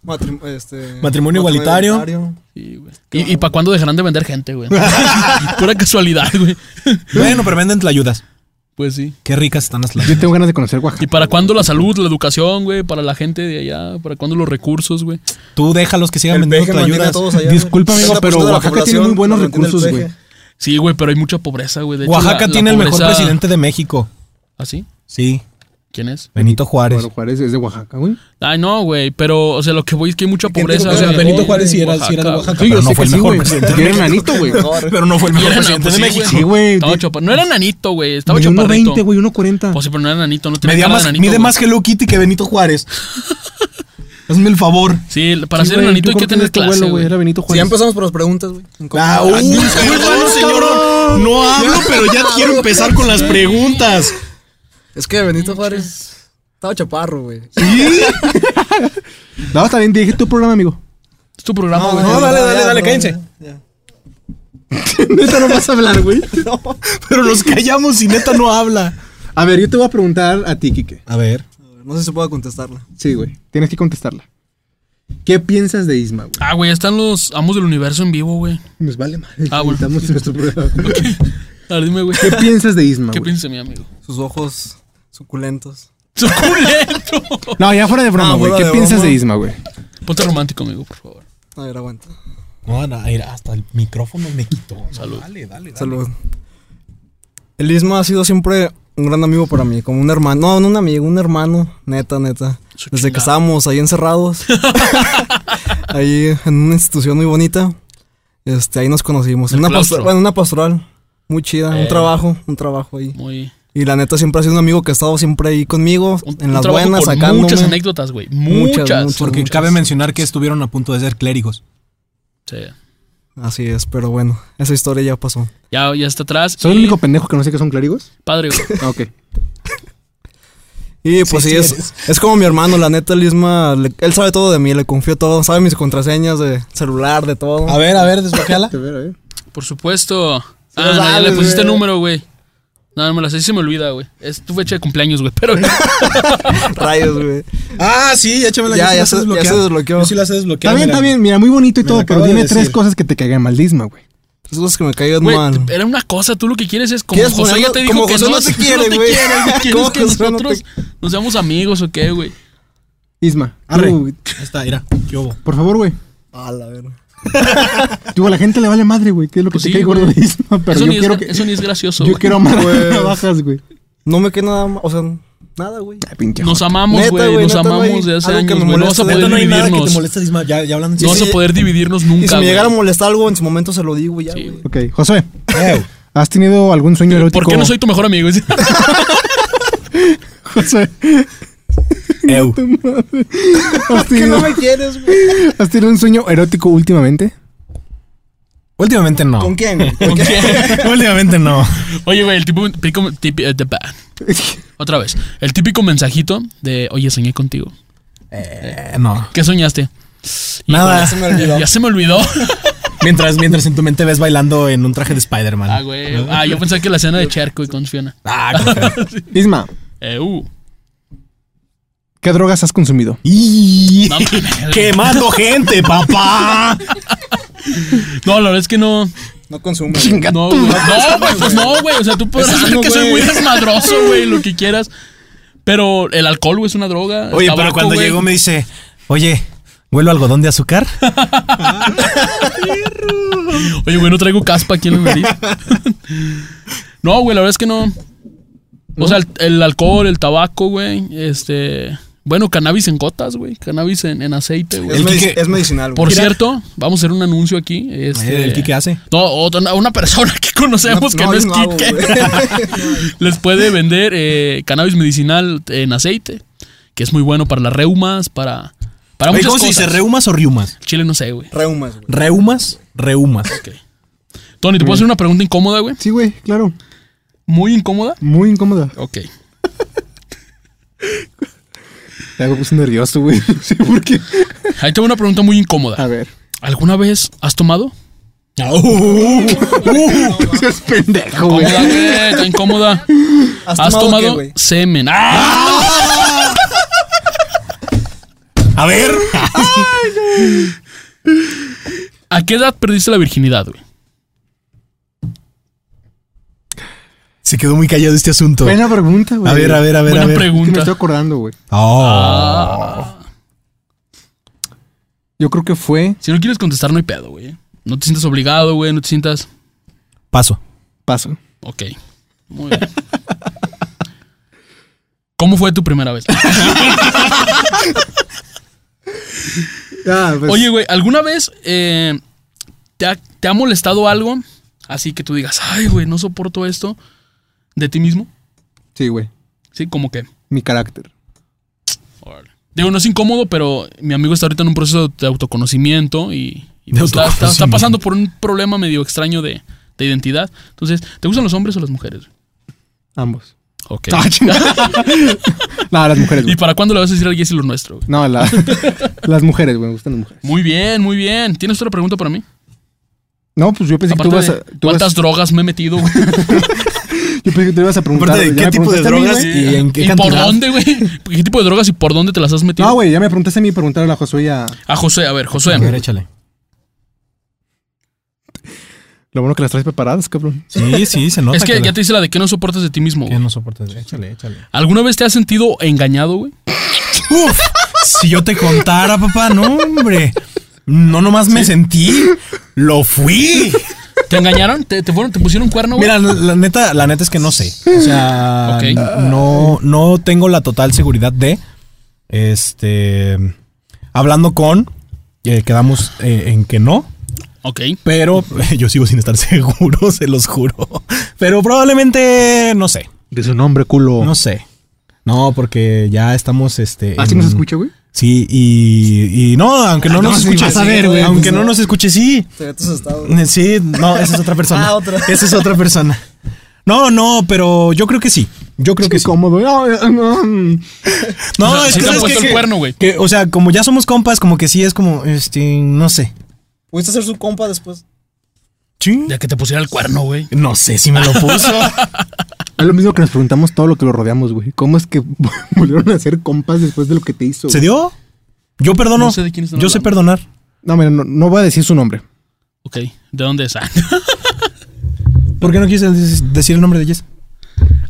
B: Matrim- este,
C: Matrimonio igualitario.
D: Sí, güey. ¿Y, para cuándo dejarán de vender gente, güey? Pura casualidad, güey.
C: Bueno, pero venden tlayudas.
D: Pues sí.
C: Qué ricas están las
A: Yo
C: tlayudas.
A: tengo ganas de conocer Oaxaca.
D: ¿Y para cuándo la salud, la educación, güey? Para la gente de allá, ¿para cuándo los recursos, güey?
C: Tú déjalos que sigan
B: El peje
C: vendiendo
B: mantiene
C: tlayudas.
B: a todos allá. güey.
A: Disculpa, amigo,
B: 60%
A: pero
B: de la
A: Oaxaca tiene
B: población
A: muy buenos
B: lo mantiene el
A: recursos,
B: peje.
A: güey.
D: Sí, güey, pero hay mucha pobreza, güey. De hecho,
C: Oaxaca
D: la- la
C: tiene el mejor
D: pobreza-
C: presidente de México.
D: ¿Ah, sí?
C: Sí,
D: ¿Quién es?
C: Benito Juárez.
A: Bueno, Juárez es de Oaxaca, güey.
D: Ay, no, güey, pero, o sea, lo que voy es que hay mucha
B: ¿Quién
D: pobreza.
B: dijo que
D: güey,
B: era Benito
D: en
C: Juárez si era- si era de
D: güey.
C: Oaxaca?
A: Sí,
C: Pero
A: yo
C: no
A: sé
C: fue
A: que
C: el
A: sí,
C: mejor
A: güey.
C: presidente
A: Yo era enanito, güey.
C: Pero no fue el
D: Y
C: mejor
D: era
C: presidente
D: pues,
C: de
D: sí,
C: México.
A: Sí, güey.
D: Estaba chapa- No era nanito, güey. Estaba
A: Medía
D: chaparrito.
A: 1.20, güey, 1.40.
D: Pues sí, pero no era nanito, no tenía
C: Medía
D: cara
C: más-
D: de nanito,
C: mide
D: güey.
C: más Hello Kitty que Benito Juárez. Hazme el favor.
D: Sí, para
A: Sí,
D: ser
A: güey, yo
D: nanito hay que
A: creo
D: tener
A: este
D: clase,
A: abuelo,
D: güey.
A: Era Benito
B: Sí, ya
A: Juárez.
B: empezamos por las preguntas, güey.
C: Ah, uy, discúlpanos, señor. No hablo, pero ya quiero empezar con las preguntas.
B: Es que Benito Juárez estaba chaparro, güey.
A: No, está bien, dije tu programa, amigo.
D: Es tu programa, güey.
C: no, dale, dale,
B: ya,
C: dale,
B: no,
C: cállense.
B: ya.
A: Neta, no vas a hablar, güey.
C: Pero nos callamos y neta no habla.
A: A ver, yo te voy a preguntar a ti, Quique.
C: A ver.
B: A ver, No sé si puedo contestarla.
A: Sí, güey. Tienes que contestarla. ¿Qué piensas de Isma, güey?
D: Ah, güey, están los amos del universo en vivo, güey.
A: Nos vale madre.
D: Ah, bueno.
A: Estamos en nuestro programa.
D: A ver, dime, güey.
A: ¿Qué piensas de Isma,
D: ¿Qué
A: güey?
D: piensa mi amigo?
B: Sus ojos suculentos.
D: ¡Suculento!
A: No, ya fuera de broma,
B: Ah,
A: güey.
B: fuera
A: ¿Qué
B: de
A: piensas
B: broma.
A: de Isma, güey?
D: Ponte romántico, amigo, por favor.
B: A ver, aguanta.
C: No, no, mira, hasta el micrófono me quitó.
D: Salud.
C: Dale, dale, dale.
B: Salud. El Isma ha sido siempre un gran amigo para mí, como un hermano. No, no un amigo, un hermano, neta, neta.
D: Su
B: Desde que
D: chingada.
B: estábamos ahí encerrados, ahí en una institución muy bonita, este, ahí nos conocimos.
D: El
B: En una
D: claustro.
B: pastoral, bueno, en una pastoral. Muy chida, un
D: Eh.
B: trabajo, un trabajo ahí.
D: Muy.
B: Y la neta siempre ha sido un amigo que ha estado siempre ahí conmigo,
D: un-
B: en
D: un
B: las
D: trabajo
B: buenas,
D: con
B: sacándome.
D: Muchas anécdotas, güey. Muchas.
B: Muchas, muchas,
C: Porque
B: muchas.
C: cabe mencionar que estuvieron a punto de ser clérigos.
D: Sí.
B: Así es, pero bueno, esa historia ya pasó.
D: Ya, ya está atrás.
A: ¿Soy el
D: y-
A: único pendejo que no sé qué son clérigos?
D: Padre, güey.
A: Ah, ok.
B: Y pues
C: Sí,
B: sí,
C: sí eres.
B: es, es como mi hermano, la neta, el Isma, le- él sabe todo de mí, le confío todo, sabe mis contraseñas de celular, de todo.
C: A ver, a ver, desbloqueala.
A: Te veo, eh.
D: Por supuesto.
B: lo
D: Ah, ya le
B: sabes,
D: pusiste
B: güey.
D: número, güey. No, no me las sé, sí se me olvida, güey. Es tu fecha de cumpleaños, güey. Pero
B: Rayos, güey.
C: ah, sí, ya échamela.
B: Ya,
C: yo sí
B: ya
C: la sé
B: se- ya
C: desbloquear.
B: se desbloqueó.
C: Yo sí la sé desbloquear.
A: Está bien,
C: mira.
A: está bien. Mira, muy bonito y
C: me
A: todo,
C: lo
A: pero
C: acabo de
A: dime tres
C: decir.
A: cosas que te caigan mal, Disma, güey.
B: Tres cosas que me caigan
D: Güey,
B: mal.
D: era una cosa, tú lo que quieres es como
B: ¿Quieres
D: José ya
B: ponerlo-
D: te dijo
B: como
D: que
B: José
D: no,
B: no te quiere, güey?
D: ¿Quieres
B: Como
D: que
B: José no te-
D: nosotros nos seamos amigos o qué, güey?
A: Isma,
C: Arre.
A: tú,
C: Ahí está, mira. ¿Qué hubo?
A: por favor, güey.
B: A la verga.
A: Tú, a la gente le vale madre, güey. ¿Qué es lo que
D: Pues
A: te
D: sí,
A: cae gordo de
D: güey.
A: Isma? Pero
D: Eso,
A: yo
D: ni es,
A: quiero
D: gra-
A: que.
D: eso ni es gracioso.
A: Yo
D: güey.
A: quiero amar
B: Pues-
A: navajas, güey.
B: No me cae nada, ma- o sea, nada, güey.
A: Ay, pinche.
D: Nos
A: joto.
D: amamos,
B: Neta,
D: güey.
B: güey,
D: Nos
B: neta, no
D: amamos
B: hay
D: de hace
B: algo que
D: años,
B: me
D: güey. No vas
B: moleste,
D: a poder
B: neta, no hay nada
C: que te
D: dividirnos.
C: moleste, Isma. Ya, ya hablando en
D: No vas
B: Sí,
D: a
B: sí.
D: poder dividirnos
B: Y si
D: nunca,
B: me
D: güey.
B: llegara a molestar algo, en su momento se lo digo ya,
D: Sí,
B: güey.
A: Ok, Josué,
C: serio.
A: ¿has tenido algún sueño erótico?
D: ¿Por qué no soy tu mejor amigo?
A: Josué,
C: Ew, ew.
A: ¿has
B: ¿Qué
A: tenido,
B: no me quieres, güey?
A: has tenido un sueño erótico últimamente?
C: Últimamente no.
B: ¿Con quién? güey?
D: ¿Con quién?
C: Últimamente no.
D: Oye, güey, el tipo... pico- tipi- eh, tepa. Otra vez. El típico mensajito de, oye, soñé contigo.
C: Eh, no.
D: ¿Qué soñaste?
C: Nada.
B: Ya se me olvidó.
D: Ya se me olvidó.
C: Mientras, mientras en tu mente ves bailando en un traje de Spider-Man.
D: Ah, güey. Ah, yo pensaba que la escena de Cherco y con Fiona.
C: Ah, qué feo.
A: Isma,
D: Eh, uh.
A: ¿qué drogas has consumido?
C: Y-
D: No, mames.
C: Quemando gente, papá.
D: No, la verdad es que no.
B: No consumo. güey.
D: No, güey. No, güey, pues no, güey. O sea, tú podrás
B: Es
D: decir
B: sano,
D: que soy muy
B: güey.
D: desmadroso, güey, lo que quieras. Pero el alcohol, güey, es una droga. el
C: Oye, pero
D: tabaco,
C: cuando
D: güey.
C: llegó me dice, oye, ¿huelo a algodón de azúcar?
D: Oye, güey, no traigo caspa aquí en la nariz. no, güey, la verdad es que no. O sea, el, el alcohol, el tabaco, güey. Este. Bueno, cannabis en gotas, güey. Cannabis en, en aceite, güey.
B: Es,
C: El
B: medic-
C: Quique-
B: es medicinal, güey.
D: Por cierto, vamos a hacer un anuncio aquí. Este,
C: Eh, ¿El Quique hace?
D: No, otra- una persona que conocemos que no, es
B: yo hago,
D: Quique.
B: güey.
D: Les puede vender eh, cannabis medicinal en aceite, que es muy bueno para las reumas, para, para
C: Oye,
D: muchas
C: ¿Cómo
D: cosas.
C: se dice? ¿Reumas o riumas?
D: Chile no sé, güey.
B: Reumas, güey.
C: Reumas, reumas.
D: Ok. Tony, ¿te puedo hacer una pregunta incómoda, güey?
A: Sí, güey, claro.
D: Muy incómoda.
A: Muy incómoda.
D: Ok.
A: Ya me puse nervioso, güey. No sé por qué.
D: Ahí tengo una pregunta muy
A: A
D: incómoda.
A: ver.
D: ¿Alguna vez has tomado? Ah, uh,
A: Seas pendejo, güey.
D: Incómoda, güey. Está incómoda.
B: ¿Has,
D: ¿Has
B: tomado, qué,
D: tomado
B: güey?
D: semen? ¡Ah!
C: A ver.
D: ¿A qué edad perdiste la virginidad, güey?
C: Se quedó muy callado este asunto.
A: Buena pregunta, güey.
C: A ver, a ver, a ver,
D: Buena
C: a ver.
A: Es que me
D: pregunta.
A: estoy acordando, güey.
C: Oh.
A: Yo creo que fue
D: Si no quieres contestar, no hay pedo, güey. No te sientas obligado, güey. No te sientas.
C: Paso.
A: paso.
D: Ok. Muy bien. ¿Cómo fue tu primera vez?
A: Pues Ah, pues,
D: Oye, güey, ¿alguna vez eh, te, ha, te ha molestado algo? Así que tú digas, ay, güey, no soporto esto de ti mismo.
A: Sí, güey.
D: Sí, como que.
A: Mi carácter.
D: órale. Digo, no es incómodo, pero mi amigo está ahorita en un proceso de autoconocimiento y, y
C: De
D: pues, está, está- está
C: autoconocimiento.
D: pasando por un problema medio extraño de, de identidad. Entonces, ¿te gustan los hombres o las mujeres?
A: Ambos.
D: Ok.
A: Ah, chingada. no, las mujeres,
D: ¿Y
A: güey.
D: para cuándo le vas a decir a alguien si lo nuestro? güey?
A: No, la- las mujeres, güey. Me gustan las mujeres.
D: Muy bien, muy bien. ¿Tienes otra pregunta para mí?
A: No, pues yo pensé que tú
D: Aparte
A: vas
D: de
A: a. tú
D: ¿Cuántas
A: vas-
D: drogas me he metido, güey?
A: yo pensé que te ibas a preguntar.
C: Aparte de
A: güey,
C: qué
A: Ah. ya me
C: tipo de
A: preguntaste a mí,
C: drogas
A: güey.
C: y en qué
D: ¿Y por
C: cantidad?
D: dónde, güey? ¿Qué tipo de drogas y por dónde te las has metido?
A: No, güey, ya me preguntaste a mí preguntarle a Josué y a.
D: A José, a ver, José.
C: A ver, échale.
A: Lo bueno que las traes preparadas, cabrón.
C: Sí, sí, se nota.
D: es que
C: la-
D: ya te hice la de que no soportas de ti mismo,
C: que
D: güey.
C: no soportas. Échale, échale.
D: ¿Alguna vez te has sentido engañado, güey?
C: Uf, si yo te contara, papá, no, hombre. No nomás me sentí, lo fui.
D: ¿Te engañaron? ¿Te, te fueron, te pusieron cuerno, güey?
C: Mira, la, la neta, la neta es que no sé. O sea,
D: Ok.
C: n- no, no tengo la total seguridad de. Este. Hablando con. eh, quedamos eh, en que no.
D: Ok.
C: Pero yo sigo sin estar seguro, se los juro. Pero probablemente, no sé.
A: De su nombre, culo.
C: No sé. No, porque ya estamos, este...
A: ¿Así nos
C: en-
A: escucha, güey?
C: Sí, y, y no, aunque no
A: no,
C: nos
A: sí,
C: escuche.
A: vas a ver, güey,
C: aunque
B: pues,
C: no
B: no.
C: nos escuche, sí.
B: Te ve tus estados.
C: Sí, no, esa es otra persona.
B: Ah, otra.
C: Esa es otra persona. No, no, pero yo creo que sí. Yo creo que sí.
A: cómodo. No, no, no.
C: No,
D: O sea,
C: es
D: sí
C: que
D: te han
C: ¿sabes
D: puesto
C: qué?
D: el cuerno, güey.
C: Que, o sea, como ya somos compas, como que sí es como, este, no sé.
B: ¿Pudiste ser su compa después?
C: ¿Sí?
D: De que te pusiera el cuerno, güey.
C: No sé si me lo puso.
A: Es lo mismo que nos preguntamos todo lo que lo rodeamos, güey. ¿Cómo es que volvieron a ser compas después de lo que te hizo?
C: ¿Se dio? Yo perdono.
D: No sé de quién están
C: yo sé
D: hablando.
C: perdonar.
A: No, mira, no, no voy a decir su nombre.
D: Ok. ¿De dónde es? Ah,
C: ¿Por qué no quise decir el nombre de Jess?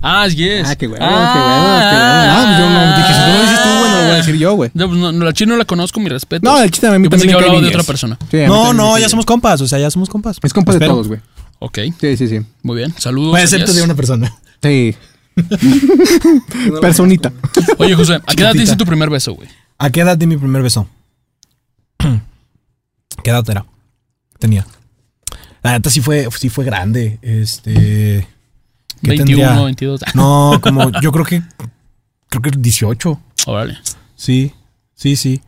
D: Ah, yes.
A: Ah, qué huevo,
D: Ah,
A: qué huevo, qué huevo. No, yo no dije, si tú lo dices tú, bueno, lo voy a decir yo, güey.
D: No, pues no, no, la china no la conozco, mi respeto.
A: No, el chiste a mí
D: Yo pensé
A: también me cae
D: que hablaba de
A: bien,
D: otra
A: yes.
D: persona.
A: Sí, a mí
C: No,
A: también me
C: no,
A: cae
C: ya
A: bien.
C: somos compas. O sea, ya somos compas.
A: Es compa de
C: Espero.
A: todos, güey.
D: Ok,
A: Sí, sí, sí.
D: muy bien. Saludos.
C: Pues, excepto
D: yes.
C: de una persona.
A: Sí.
B: Yo no lo
A: Personita.
D: Oye, José, ¿a qué edad te
C: Chiquitita.
D: hice tu primer beso, güey?
C: ¿A qué edad di mi primer beso? ¿Qué edad era? Tenía. La neta sí fue, sí fue grande. Este. ¿qué
D: 21,
C: tendría?
D: 22.
C: No, como yo creo que. Creo que 18.
D: Órale.
C: Sí. Sí, sí.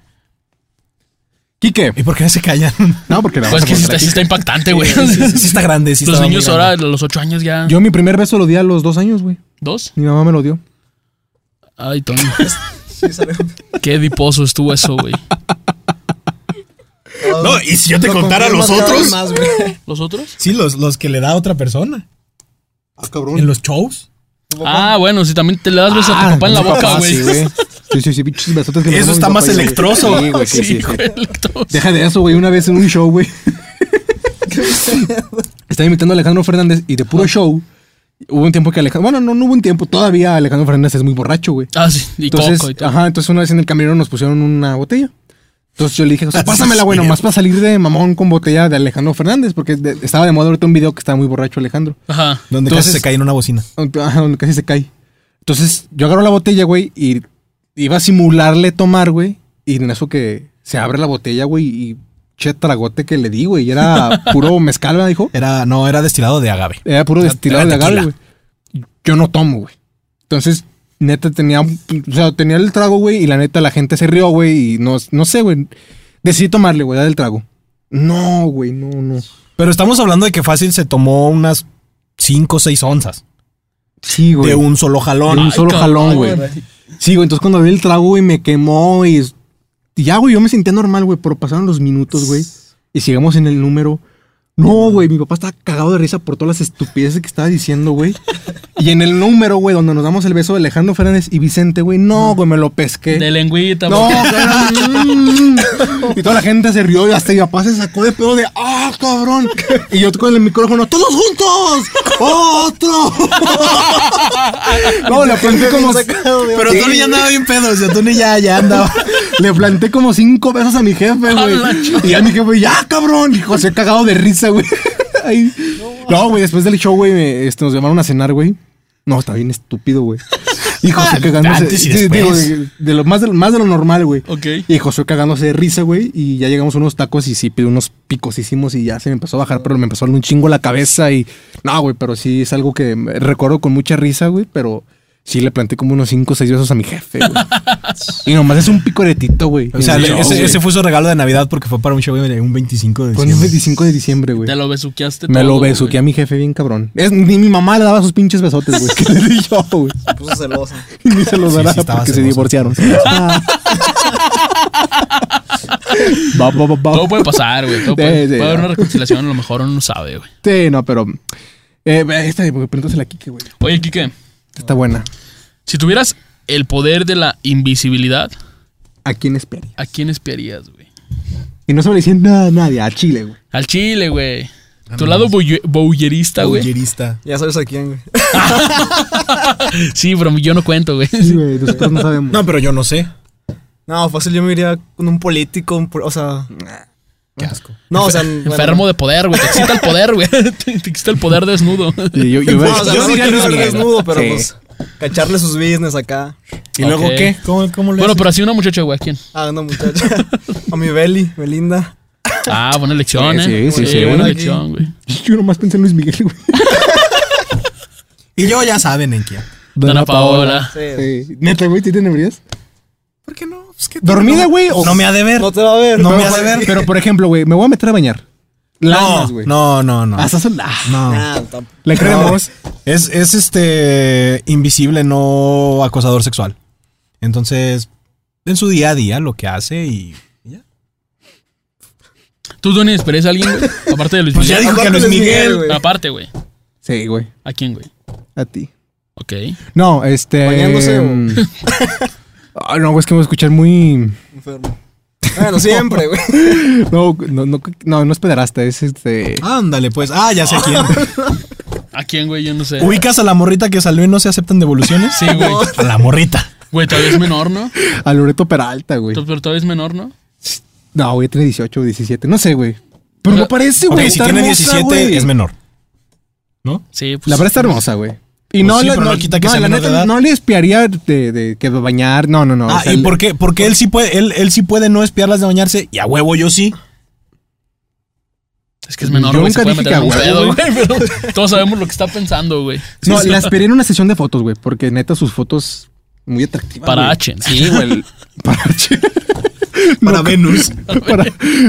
A: Quique.
C: ¿Y por qué se callan?
A: No, porque la vas
D: Pues
A: a
D: es que sí
A: poner
D: está, sí está impactante, güey.
C: sí está grande, sí
D: los
C: estaba muy
D: niños
C: grande.
D: ahora, a los 8 años ya.
A: aquí. Yo mi primer beso lo di a los dos años, güey.
D: ¿Dos?
A: Mi mamá me lo dio.
D: Ay, Tony.
B: Sí, salió.
D: Qué diposo estuvo eso, güey.
C: No, y si yo te
B: Lo
C: contara a los
B: confirmas cada
C: otros.
B: vez más, güey.
D: ¿Los otros?
C: Sí, los, los que le da a otra persona.
A: Ah,
C: En
A: cabrón.
C: los shows.
D: Ah, bueno, si también te le das beso a tu papá en la boca, güey.
A: Ah, Sí, güey. Sí, sí, sí, pinches besotes que me daba
C: Eso
A: mi
C: está
A: papá
C: más
A: y-
C: electroso.
A: Sí, güey, sí, sí, sí.
D: Hijo de la tos.
A: Deja de eso, güey. Una vez en un show, güey. Estaba invitando a Alejandro Fernández y de
C: Ah.
A: puro show. Hubo un tiempo que Alejandro. Bueno, no, no hubo un tiempo. Todavía Alejandro Fernández es muy borracho, güey.
D: Ah, sí, y
A: Entonces,
D: coco y todo.
A: ajá, entonces una vez en el camerino nos pusieron una botella. Entonces yo le dije, o sea, pásamela, güey, nomás para salir de mamón con botella de Alejandro Fernández, porque de- estaba de moda ahorita un video que estaba muy borracho Alejandro.
D: Ajá.
C: Donde
A: Entonces-
C: casi se cae en una bocina.
A: Ajá, donde casi se cae. Entonces yo agarro la botella, güey, y iba a simularle tomar, güey, y en eso que se abre la botella, güey, y che tragote que le di, güey, y era puro mezcal, ¿verdad, hijo?
C: Era, no, era destilado de agave.
A: Era puro
C: Era-
A: destilado
C: era
A: de agave,
C: tequila.
A: güey. Yo no tomo, güey. Entonces, neta, tenía, o sea, tenía el trago, güey, y la neta, la gente se rió, güey, y no, no sé, güey. Decidí tomarle, güey, dar el trago. No, güey, no, no.
C: Pero estamos hablando de que fácil se tomó unas 5 o 6 onzas
A: Sí, güey. De
C: de
A: un,
C: un solo jalón.
D: Ay,
A: solo
D: cabrón,
A: jalón, güey. Sí, güey, entonces cuando abrí el trago, güey, me quemó y... y ya, güey, yo me sentía normal, güey, pero pasaron los minutos, güey, y sigamos en el número... No, güey, mi papá estaba cagado de risa por todas las estupideces que estaba diciendo, güey. Y en el número, güey, donde nos damos el beso de Alejandro Fernández y Vicente, güey, no, güey, me lo pesqué.
D: De lengüita,
A: No,
D: porque-
A: pero, mm. y toda la gente se rió y hasta mi papá se sacó de pedo de ¡Ah, cabrón! Y yo con el micrófono, ¡todos juntos! ¡Otro! no, le planté como.
B: Sacado de-
C: Pero Tony ya andaba bien pedo, o sea, Tony ya, ya andaba.
A: Le planté como cinco veces a mi jefe, güey.
D: la
A: Y ya mi jefe, ya, cabrón. Hijo, se ha cagado de risa, güey. Ay. No, güey, después del show, güey, me- este, nos llamaron a cenar, güey. No, está bien estúpido, güey. Y José cagándose.
C: Antes y
A: sí, digo,
C: después.
A: de, de lo, más, de, lo- más de lo normal, güey.
D: Ok.
A: Y José cagándose de risa, güey. Y ya llegamos a unos tacos y sí, pidió unos picosísimos y ya se me empezó a bajar, pero me empezó a dar un chingo la cabeza. Y no, güey, pero sí es algo que me- recuerdo con mucha risa, güey. Pero sí le planté como unos cinco o seis besos a mi jefe, güey. y nomás es un picoretito, güey.
C: O sea,
A: En
C: le-
A: el show,
C: ese,
A: güey.
C: ese fue su regalo de Navidad porque fue para un show de un 25 de
A: Fue un
C: diciembre.
A: 25 de diciembre, güey.
D: Te lo besuqueaste
A: Me
D: todo,
A: lo
D: güey.
A: besuqué a mi jefe bien cabrón. Es, ni mi mamá le daba sus pinches besotes, güey. que le di yo, güey.
B: Se puso celosa.
A: Y ni se los
C: Sí,
A: dará
C: sí, estaba
A: porque se
C: celoso.
A: divorciaron. Ah. va, va, va, va.
D: Todo puede pasar, güey. Todo puede,
A: Sí, sí,
D: puede haber
A: no.
D: una reconciliación, a lo mejor uno no sabe, güey.
A: Sí, no, pero. Eh, esta, güey, pregúntasela a Kike, güey.
D: Oye, Kike,
A: Está buena.
D: si tuvieras el poder de la invisibilidad,
A: ¿A quién esperaría?
D: ¿a quién espiarías, güey?
A: Y no se lo decía nada a nadie, a Chile, güey.
D: Al chile, güey. Tu lado bouye- bouillerista, güey.
C: Bollerista.
B: Ya sabes a quién, güey.
D: Sí, pero yo no cuento, güey.
A: Sí, güey, nosotros no sabemos.
C: No, pero yo no sé.
B: No, fácil, yo me iría con un político, un pol- o sea...
C: Qué asco.
B: No, o sea... bueno,
D: Enfermo de poder, güey. Te excita el poder, güey. Te, te excita el poder desnudo.
A: Sí, yo, yo,
B: no,
A: yo,
B: o sea,
C: yo
B: no
C: diría
B: quiero
C: Luis
B: estar
C: Miguel.
B: desnudo, pero
A: Sí.
B: pues... Cacharle sus business acá.
C: ¿Y
D: Ok.
C: luego qué? ¿Cómo, cómo le
D: Bueno,
C: haces?
D: pero así una muchacha, güey. ¿A quién?
B: Ah, no, muchacha. A mi Beli, Belinda.
D: Ah, buena elección,
A: Sí,
D: ¿eh?
A: sí, sí, sí.
D: buena
B: Aquí.
D: elección, güey.
A: Yo nomás pensé en Luis Miguel, güey.
C: Y yo ya saben en quién.
D: Dana Paola.
B: Sí.
A: Sí. Eh, Neta, güey, ¿sí te tenebrías?
C: ¿Por qué no? Pues que-
A: ¿Dormida, güey? o-
C: No me ha de ver.
B: No te va a ver.
C: No
B: Pero
C: me
B: por-
C: hace ver.
A: Pero, por ejemplo, güey, me voy a meter a bañar.
C: No,
A: güey.
C: no, no, no.
A: Hasta son... ah,
C: No.
B: Nah, tamp-
A: Le
C: No.
A: creemos.
C: Es, es este invisible, no acosador sexual. Entonces, en su día a día lo que hace y.
D: ¿Tú, Tony, esperes a alguien, güey? Aparte de Luis
C: Pues ya
D: Miguel.
C: dijo que
B: Aparte
C: Luis
B: Luis
C: Miguel.
B: Miguel, güey.
D: Aparte, güey.
A: Sí, güey.
D: ¿A quién, güey?
A: A ti.
D: Ok.
A: No, este.
B: Bañándose, o-
A: mm, Ay, no, güey, es que me voy a escuchar muy.
B: Enfermo. Bueno, siempre, güey.
A: No, no, no, no, no es pederasta, es este.
C: Ándale, pues. Ah, ya sé quién.
D: ¿A quién, güey? Yo no sé.
C: ¿Ubicas a la morrita que salió y no se aceptan devoluciones?
D: Sí, güey.
C: A la morrita.
D: Güey, todavía es menor, ¿no?
A: A Loreto Peralta, güey.
D: Tú- Pero todavía es menor, ¿no?
A: No, güey, tiene 18 o 17, no sé, güey.
D: O
A: Pero
D: sea,
A: no parece,
C: Ok,
A: güey.
C: si
A: está
C: tiene
A: hermosa,
C: 17
A: güey.
C: es menor. ¿No?
D: Sí, pues.
A: La verdad está hermosa, güey. Y
C: Pues
A: no,
C: sí,
A: la,
C: pero
A: no,
C: no quita que
A: no,
C: sea
A: la
C: menor de
A: neta,
C: edad.
A: no le espiaría de, de que bañar. No, no, no.
C: ah,
A: o sea,
C: ¿y
A: le-
C: por qué? Porque él sí puede, él, él sí puede no espiarlas de bañarse y a huevo yo sí.
D: Es que es menor,
A: Yo
D: güey. Se
A: nunca
D: puede
A: dije
D: meter en un
A: que a
D: pedo,
A: huevo,
D: güey. Pero todos sabemos lo que está pensando, güey.
A: No,
D: Sí, sí.
A: la aspiré en una sesión de fotos, güey, porque neta sus fotos muy atractivas.
D: Para
A: Ah, güey.
D: H. Sí, güey.
A: Para H.
C: Para
A: No,
C: Venus.
A: para-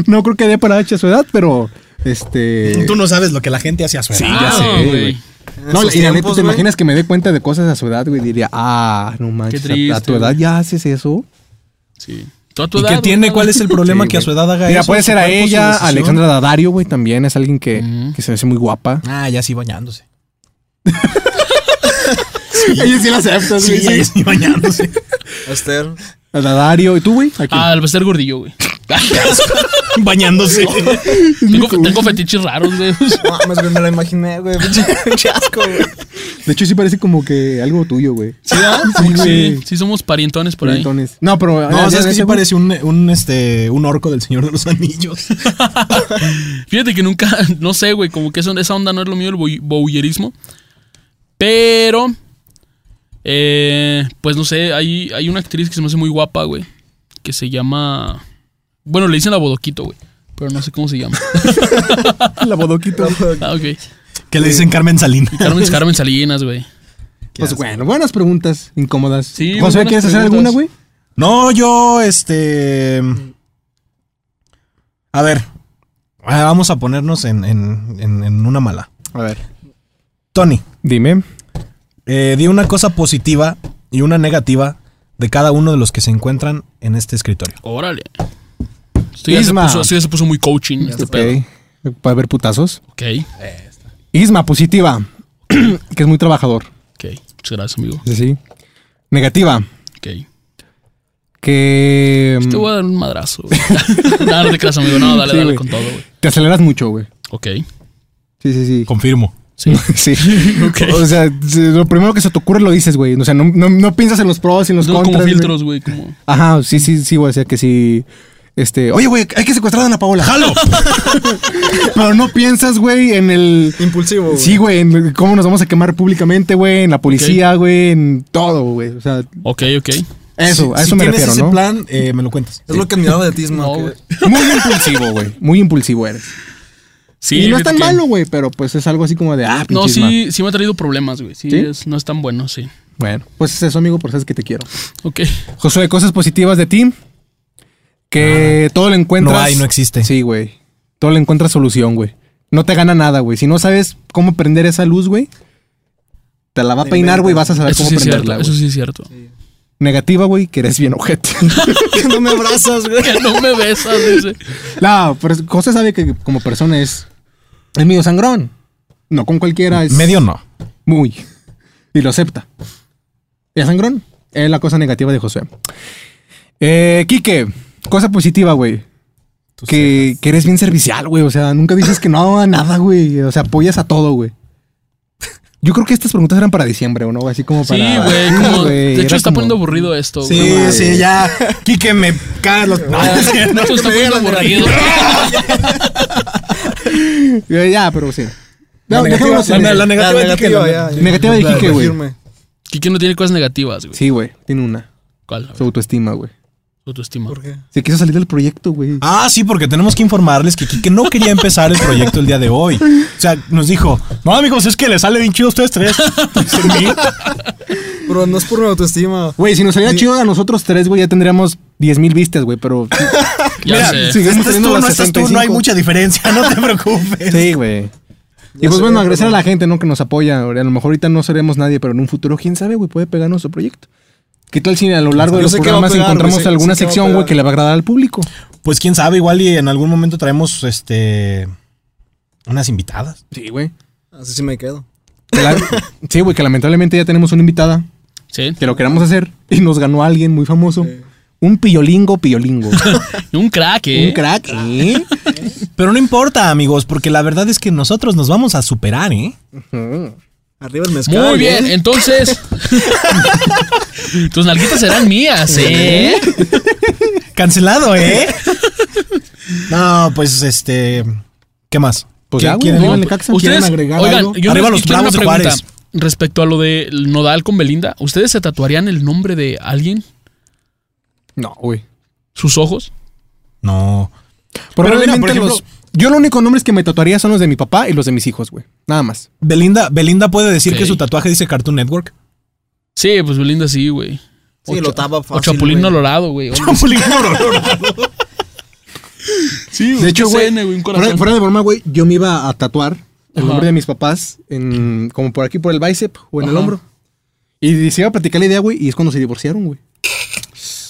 A: no creo que dé para H a su edad, pero este.
C: Tú no sabes lo que la gente hace a su edad.
A: ya
D: Ah,
A: sé, güey.
B: En
A: No,
B: esos
A: y la neta,
B: tiempos,
A: ¿te
B: güey.
A: imaginas que me dé cuenta de cosas a su edad, güey? Diría, ah, no manches, a- a
D: triste,
A: tu edad
D: güey.
A: ya haces eso.
D: Sí. ¿Tú a tu
C: ¿Y
D: edad,
C: qué
D: güey?
C: tiene? ¿Cuál es el problema
A: Sí,
C: que a
A: güey.
C: su edad haga
A: Mira,
C: eso?
A: puede
C: Su
A: ser a
C: cuerpo, su
A: ella,
C: decisión.
A: Alexandra Daddario, güey, también es alguien que,
D: Ujú.
A: que se me hace muy guapa.
C: Ah, ya sí bañándose.
A: Ella sí la acepta,
C: Sí, ya sí bañándose.
B: Esther.
A: Daddario, ¿y tú, güey? ¿A quién?
D: Ah, el ser gordillo, güey.
C: bañándose.
D: Tengo, tengo fetiches raros, güey.
B: No, mames, güey, me la imaginé, güey. Pinche pinche asco, güey.
A: De hecho, sí parece como que algo tuyo, güey.
D: ¿Sí, ah?
A: Sí, güey.
D: sí, sí, somos parientones por ahí.
A: Entonces- No, pero.
C: No,
A: ya-
C: sabes
A: ya
C: que sí
A: ese, güey.
C: parece un, un, este, un orco del Señor de los Anillos.
D: Fíjate que nunca, no sé, güey, como que eso- esa onda no es lo mío, el boy- bowyerismo. Pero, eh, pues no sé, hay, hay una actriz que se me hace muy guapa, güey, que se llama... Bueno, le dicen la bodoquito, güey, pero no sé cómo se llama.
A: La bodoquito.
D: Ah, ok.
C: que le dicen Carmen Salinas.
D: Carmen, Carmen Salinas, güey.
A: Pues bueno, buenas preguntas incómodas.
D: Sí,
A: José,
D: buenas
A: ¿quieres hacer
D: preguntas.
A: alguna, güey?
C: No, yo, este. A ver. ah, Vamos a ponernos en, en- en- en una mala.
A: A ver.
C: Tony,
A: Dime.
C: eh, di una cosa positiva y una negativa de cada uno de los que se encuentran en este escritorio.
D: Órale. Esto ya, se
A: Isma.
D: puso, esto ya se puso muy coaching, este pedo.
A: Ok. Puede haber putazos.
D: Ok,
A: Isma, positiva. que es muy trabajador.
D: ok. Muchas gracias, amigo.
A: Sí, sí. Negativa.
D: Ok.
A: Que. mm,
D: Te voy a dar un madrazo, güey. no, no te creas, amigo. No, dale,
A: Sí,
D: dale
A: güey.
D: con todo, güey.
A: Te aceleras mucho, güey.
D: Ok.
A: Sí, sí, sí.
C: Confirmo.
D: Sí.
A: Sí.
D: Ok.
A: O sea, si- lo primero que se te ocurre lo dices, güey. O sea, no, no, no piensas en los pros y en los
D: No,
A: contras.
D: Pues como
A: güey.
D: filtros, güey. Como...
A: Ajá, sí, sí, sí, güey. O sea, que sí. Este, oye, güey, hay que secuestrar a Ana Paola. ¡Jalo! Pero no piensas, güey, en el.
B: Impulsivo, güey.
A: Sí, güey, en el- cómo nos vamos a quemar públicamente, güey, en la policía, güey, en todo, güey. O sea,
D: Ok, ok.
A: eso,
C: Si-
A: a eso
C: si
A: me
C: tienes
A: refiero,
C: ese
A: ¿no?
C: plan, eh, me lo cuentas.
B: Es lo que admiraba de ti, Isma,
D: No,
B: que-
D: güey.
A: Muy impulsivo, güey. Muy impulsivo eres.
D: Sí,
A: y no
D: fíjate
A: es tan
D: que-
A: malo, güey, pero pues es algo así como de, ah,
D: No,
A: pinche Isma.
D: sí, sí me ha traído problemas, güey. Sí,
A: ¿Sí?
D: es- no es tan bueno, sí.
A: Bueno, pues es eso, amigo, por sabes que te quiero.
D: Ok.
A: Josué, cosas positivas de ti. Que todo lo encuentras.
C: No hay, no existe.
A: Sí, güey. Todo le encuentras solución, güey. No te gana nada, güey. Si no sabes cómo prender esa luz, güey, te la va a
B: Te
A: peinar, güey, vas a
B: inventas.
A: saber
D: Eso
A: cómo
D: sí, es cierto,
A: prenderla,
D: eso
A: güey.
D: sí es cierto.
A: Negativa, güey, que eres bien ojete.
B: Que no me abrazas, güey.
D: Que no me besas, dice.
A: no, pero José sabe que como persona es. Es medio sangrón. No con cualquiera, es.
C: Medio no.
A: Muy. Y lo acepta. ¿Ya sangrón? Es la cosa negativa de José. Eh, Quique, cosa positiva, güey. Que, que eres bien servicial, güey. O sea, nunca dices que no a nada, güey. O sea, apoyas a todo, güey. Yo creo que estas preguntas eran para diciembre, ¿o no? Así como
D: Sí,
A: para.
D: güey.
A: Sí,
D: como-
A: güey,
D: de hecho,
A: era
D: está
A: como-
D: poniendo aburrido esto, güey.
C: Sí, sí, ya. Quique, me caen los. No, es cierto.
D: Esto está
B: me
D: poniendo
B: digan la
D: aburrido.
A: Ya, Eh, ya, pero sí.
C: La
A: No,
C: negativa,
A: dejémoslo en
C: la-
A: eso.
C: la negativa de Quique, la-
B: ya, ya.
A: negativa de
B: Claro,
A: Quique, güey.
B: firme.
D: Kike no tiene cosas negativas, güey.
A: Sí, güey. Tiene una.
D: ¿Cuál? A ver.
A: Su autoestima, güey.
D: su autoestima.
B: ¿Por qué?
A: Se quiso salir del proyecto, güey.
C: Ah, sí, porque tenemos que informarles que Kike no quería empezar el proyecto el día de hoy. O sea, nos dijo, no, amigos, es que le sale bien chido a ustedes tres. Sin mí.
B: Pero no es por mi autoestima.
A: Güey, si nos saliera chido a nosotros tres, güey, ya tendríamos 10 mil vistas, güey, pero...
D: Ya
A: Mira,
D: sé.
A: sí. Sigamos
C: Estás
A: teniendo
C: tú,
A: las
C: no estás tú, no hay
A: 75.
C: mucha diferencia, no te preocupes.
A: este Sí, güey. Y
B: Ya
A: pues
B: sé,
A: bueno,
B: pero-
A: agradecer a la gente, ¿no? Que nos apoya. A lo mejor ahorita no seremos nadie, pero en un futuro, quién sabe, güey, puede pegar nuestro proyecto. ¿Qué tal si a lo largo de
B: Yo
A: los
B: sé que va a
A: programas
B: pegar, güey,
A: encontramos
B: sé- sé
A: alguna
B: que va a
A: sección, güey,
B: pegar.
A: que le va a agradar al público?
C: Pues quién sabe, igual y en algún momento traemos este unas invitadas.
A: Sí, güey.
B: Así sí me quedo.
A: Que la- sí, güey, que lamentablemente ya tenemos una invitada
D: Sí.
A: que lo queramos hacer y nos ganó alguien muy famoso.
B: Sí.
A: Un pillolingo, pillolingo.
D: Y un crack, ¿eh?
A: Un crack, ¿eh?
C: Pero no importa, amigos, porque la verdad es que nosotros nos vamos a superar, ¿eh?
A: Ujú.
B: Arriba el mezcal.
D: Muy bien,
B: ¿eh?
D: entonces. tus nalguitas serán mías, ¿eh?
C: Cancelado, ¿eh? No, pues este, ¿qué más?
A: Pues
C: ¿Qué
A: ya, güey,
C: Ah, quieren?
A: arriba el Necaxa. ¿Quieren agregar algo?
D: yo
C: Arriba
D: les-
C: los
D: yo quiero
C: Bravos de
D: una pregunta
C: Juárez.
D: Respecto a lo de Nodal con Belinda, ¿ustedes se tatuarían el nombre de alguien?
A: No, güey.
D: ¿Sus ojos?
C: No.
A: Probablemente
C: mira, por ejemplo-
A: los... Yo los únicos nombres que me tatuaría son los de mi papá y los de mis hijos, güey. Nada más.
C: Belinda, Belinda puede decir
D: Ok.
C: que su tatuaje dice Cartoon Network.
D: Sí, pues Belinda sí, güey.
B: Sí, lo tapa fácil,
D: O Chapulín
B: güey.
D: Colorado, güey. Sí,
A: De hecho,
D: un
A: güey,
D: CN, un corazón.
A: fuera, fuera de broma, güey, yo me iba a tatuar el
D: Ajá.
A: nombre de mis papás en, como por aquí, por el bíceps o en el
D: Ajá.
A: hombro. Y se iba a platicar la idea, güey, y es cuando se divorciaron, güey.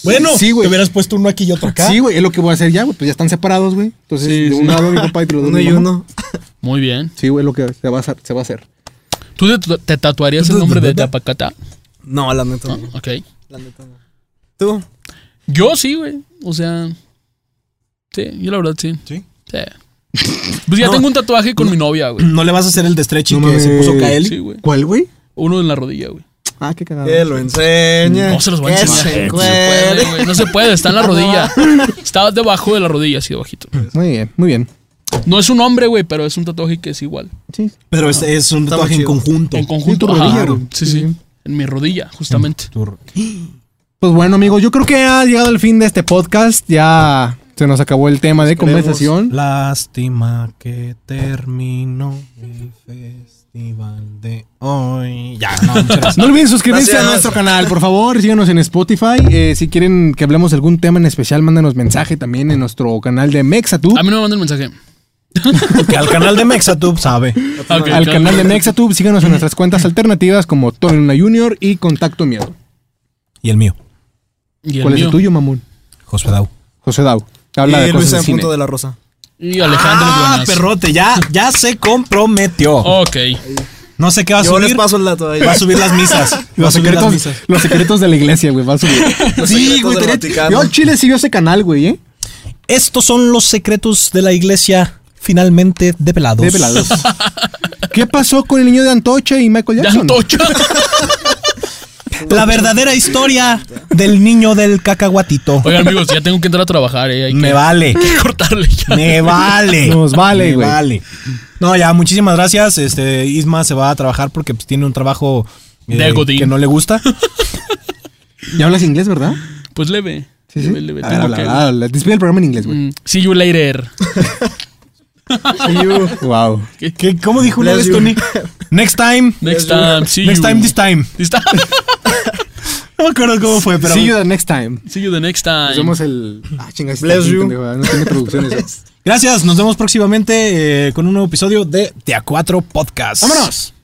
C: Bueno,
A: Sí, güey.
C: te hubieras puesto uno aquí y otro acá.
A: Sí, güey, es lo que voy a hacer ya, güey, pues ya están separados, güey. Entonces,
D: Sí,
A: de un
D: sí.
A: lado mi papá y de los
B: Uno y uno.
D: Muy bien.
A: Sí, güey, es lo que se va a hacer. Se va a hacer.
D: ¿Tú te, te tatuarías el nombre de Tapacata?
B: No, la neta
D: Ah,
B: no.
D: ok.
B: La neta no. ¿Tú?
D: Yo sí, güey. O sea. Sí, yo la verdad sí.
C: ¿Sí?
D: Sí. Pues ya
C: No.
D: tengo un tatuaje con mi novia, güey.
C: No le vas a hacer el de Stretchy
A: No
C: que se
A: mames.
C: puso Kaeli.
D: Sí, güey.
A: ¿Cuál, güey?
D: Uno en la rodilla, güey.
A: Ah, qué cagado.
B: Que lo enseñe.
D: No se los voy a
B: Que
D: enseñar.
B: se
D: No se puede,
B: encuere.
D: güey. No se puede, está en la rodilla. Está debajo de la rodilla, así bajito.
A: Muy bien, muy bien.
D: No es un hombre, güey, pero es un tatuaje que es igual.
A: Sí.
C: Pero es, es un
B: Está
C: tatuaje
B: muy
C: en
B: chido.
C: conjunto.
D: En conjunto.
A: tu rodilla,
D: ajá,
A: güey. Sí,
D: sí, sí.
A: sí.
D: En mi rodilla, justamente.
C: Tur-
A: Pues bueno, amigos, yo creo que ha llegado el fin de este podcast. Ya se nos acabó el tema de
B: Esperemos.
A: conversación.
C: Lástima que terminó el festival de hoy. Ya, no, muchas gracias.
A: No olviden suscribirse
B: Gracias.
A: a nuestro canal, por favor, síganos en Spotify. Eh, si quieren que hablemos de algún tema en especial, mándanos mensaje también en nuestro canal de Mexatube.
D: A mí no me mandan mensaje. Ah,
C: Que al canal de Mexatube sabe.
D: Ok,
A: al
D: claro.
A: canal de Mexatube, síganos en nuestras cuentas alternativas como Tony Luna Junior y Contacto Miedo.
C: Y el mío,
D: Y el
A: ¿Cuál es
D: mío.
A: el tuyo, mamón?
C: José Dau.
A: José Dau. Habla
B: y
A: de
B: Luis
A: cosas de
B: en
A: cine.
B: punto de la rosa.
D: Y Alejandro
C: Ah,
D: Buenas. Oh.
C: perrote, ya, ya se comprometió.
D: Ok.
C: No sé qué va a
B: Yo les
C: subir.
B: paso el dato ahí.
C: Va a subir las misas. Va a
A: Los
C: subir las
A: secretos,
C: misas.
A: los secretos de la iglesia, güey, va a subir.
B: Los
A: sí, güey,
B: secretos del
A: estaría-
B: Vaticano.
A: Yo al Chile sí vio ese canal, güey, ¿eh?
C: Estos son los secretos de la iglesia finalmente develados.
A: De velados. ¿Qué pasó con el niño de Antoche y Michael
D: Ya
A: Jackson?
D: antocho.
C: La verdadera historia del niño del cacahuatito.
D: Oigan, amigos, ya tengo que entrar a trabajar, eh. Hay que,
C: Me vale.
D: hay que cortarle ya.
C: Me vale.
A: Nos vale,
C: Me
A: güey.
C: vale. No, ya, muchísimas gracias. Este, Isma se va a trabajar porque pues, tiene un trabajo eh,
D: De Godín.
C: que no le gusta.
A: ¿Ya hablas inglés, verdad?
D: Pues leve.
A: Sí, Ah, sí.
D: Leve, leve.
A: A ver,
D: Tengo
A: habla,
D: que-
A: habla, habla. Despide el programa en inglés, güey.
D: Mm, See you later.
A: Wow.
C: ¿Qué, ¿Cómo dijo una
B: Bless
C: vez
B: you.
C: Tony? Next time.
D: Next time. See
C: Next
D: you.
C: time, this time.
D: Ah, This time.
C: No me acuerdo cómo fue, pero.
A: See you the next time.
D: See you the next time.
A: Somos el. Ah, chingas.
B: Bless you.
A: ah, No tiene traducciones. eh.
C: Gracias. Nos vemos próximamente eh, con un nuevo episodio de Tea 4 Podcast.
A: ¡Vámonos!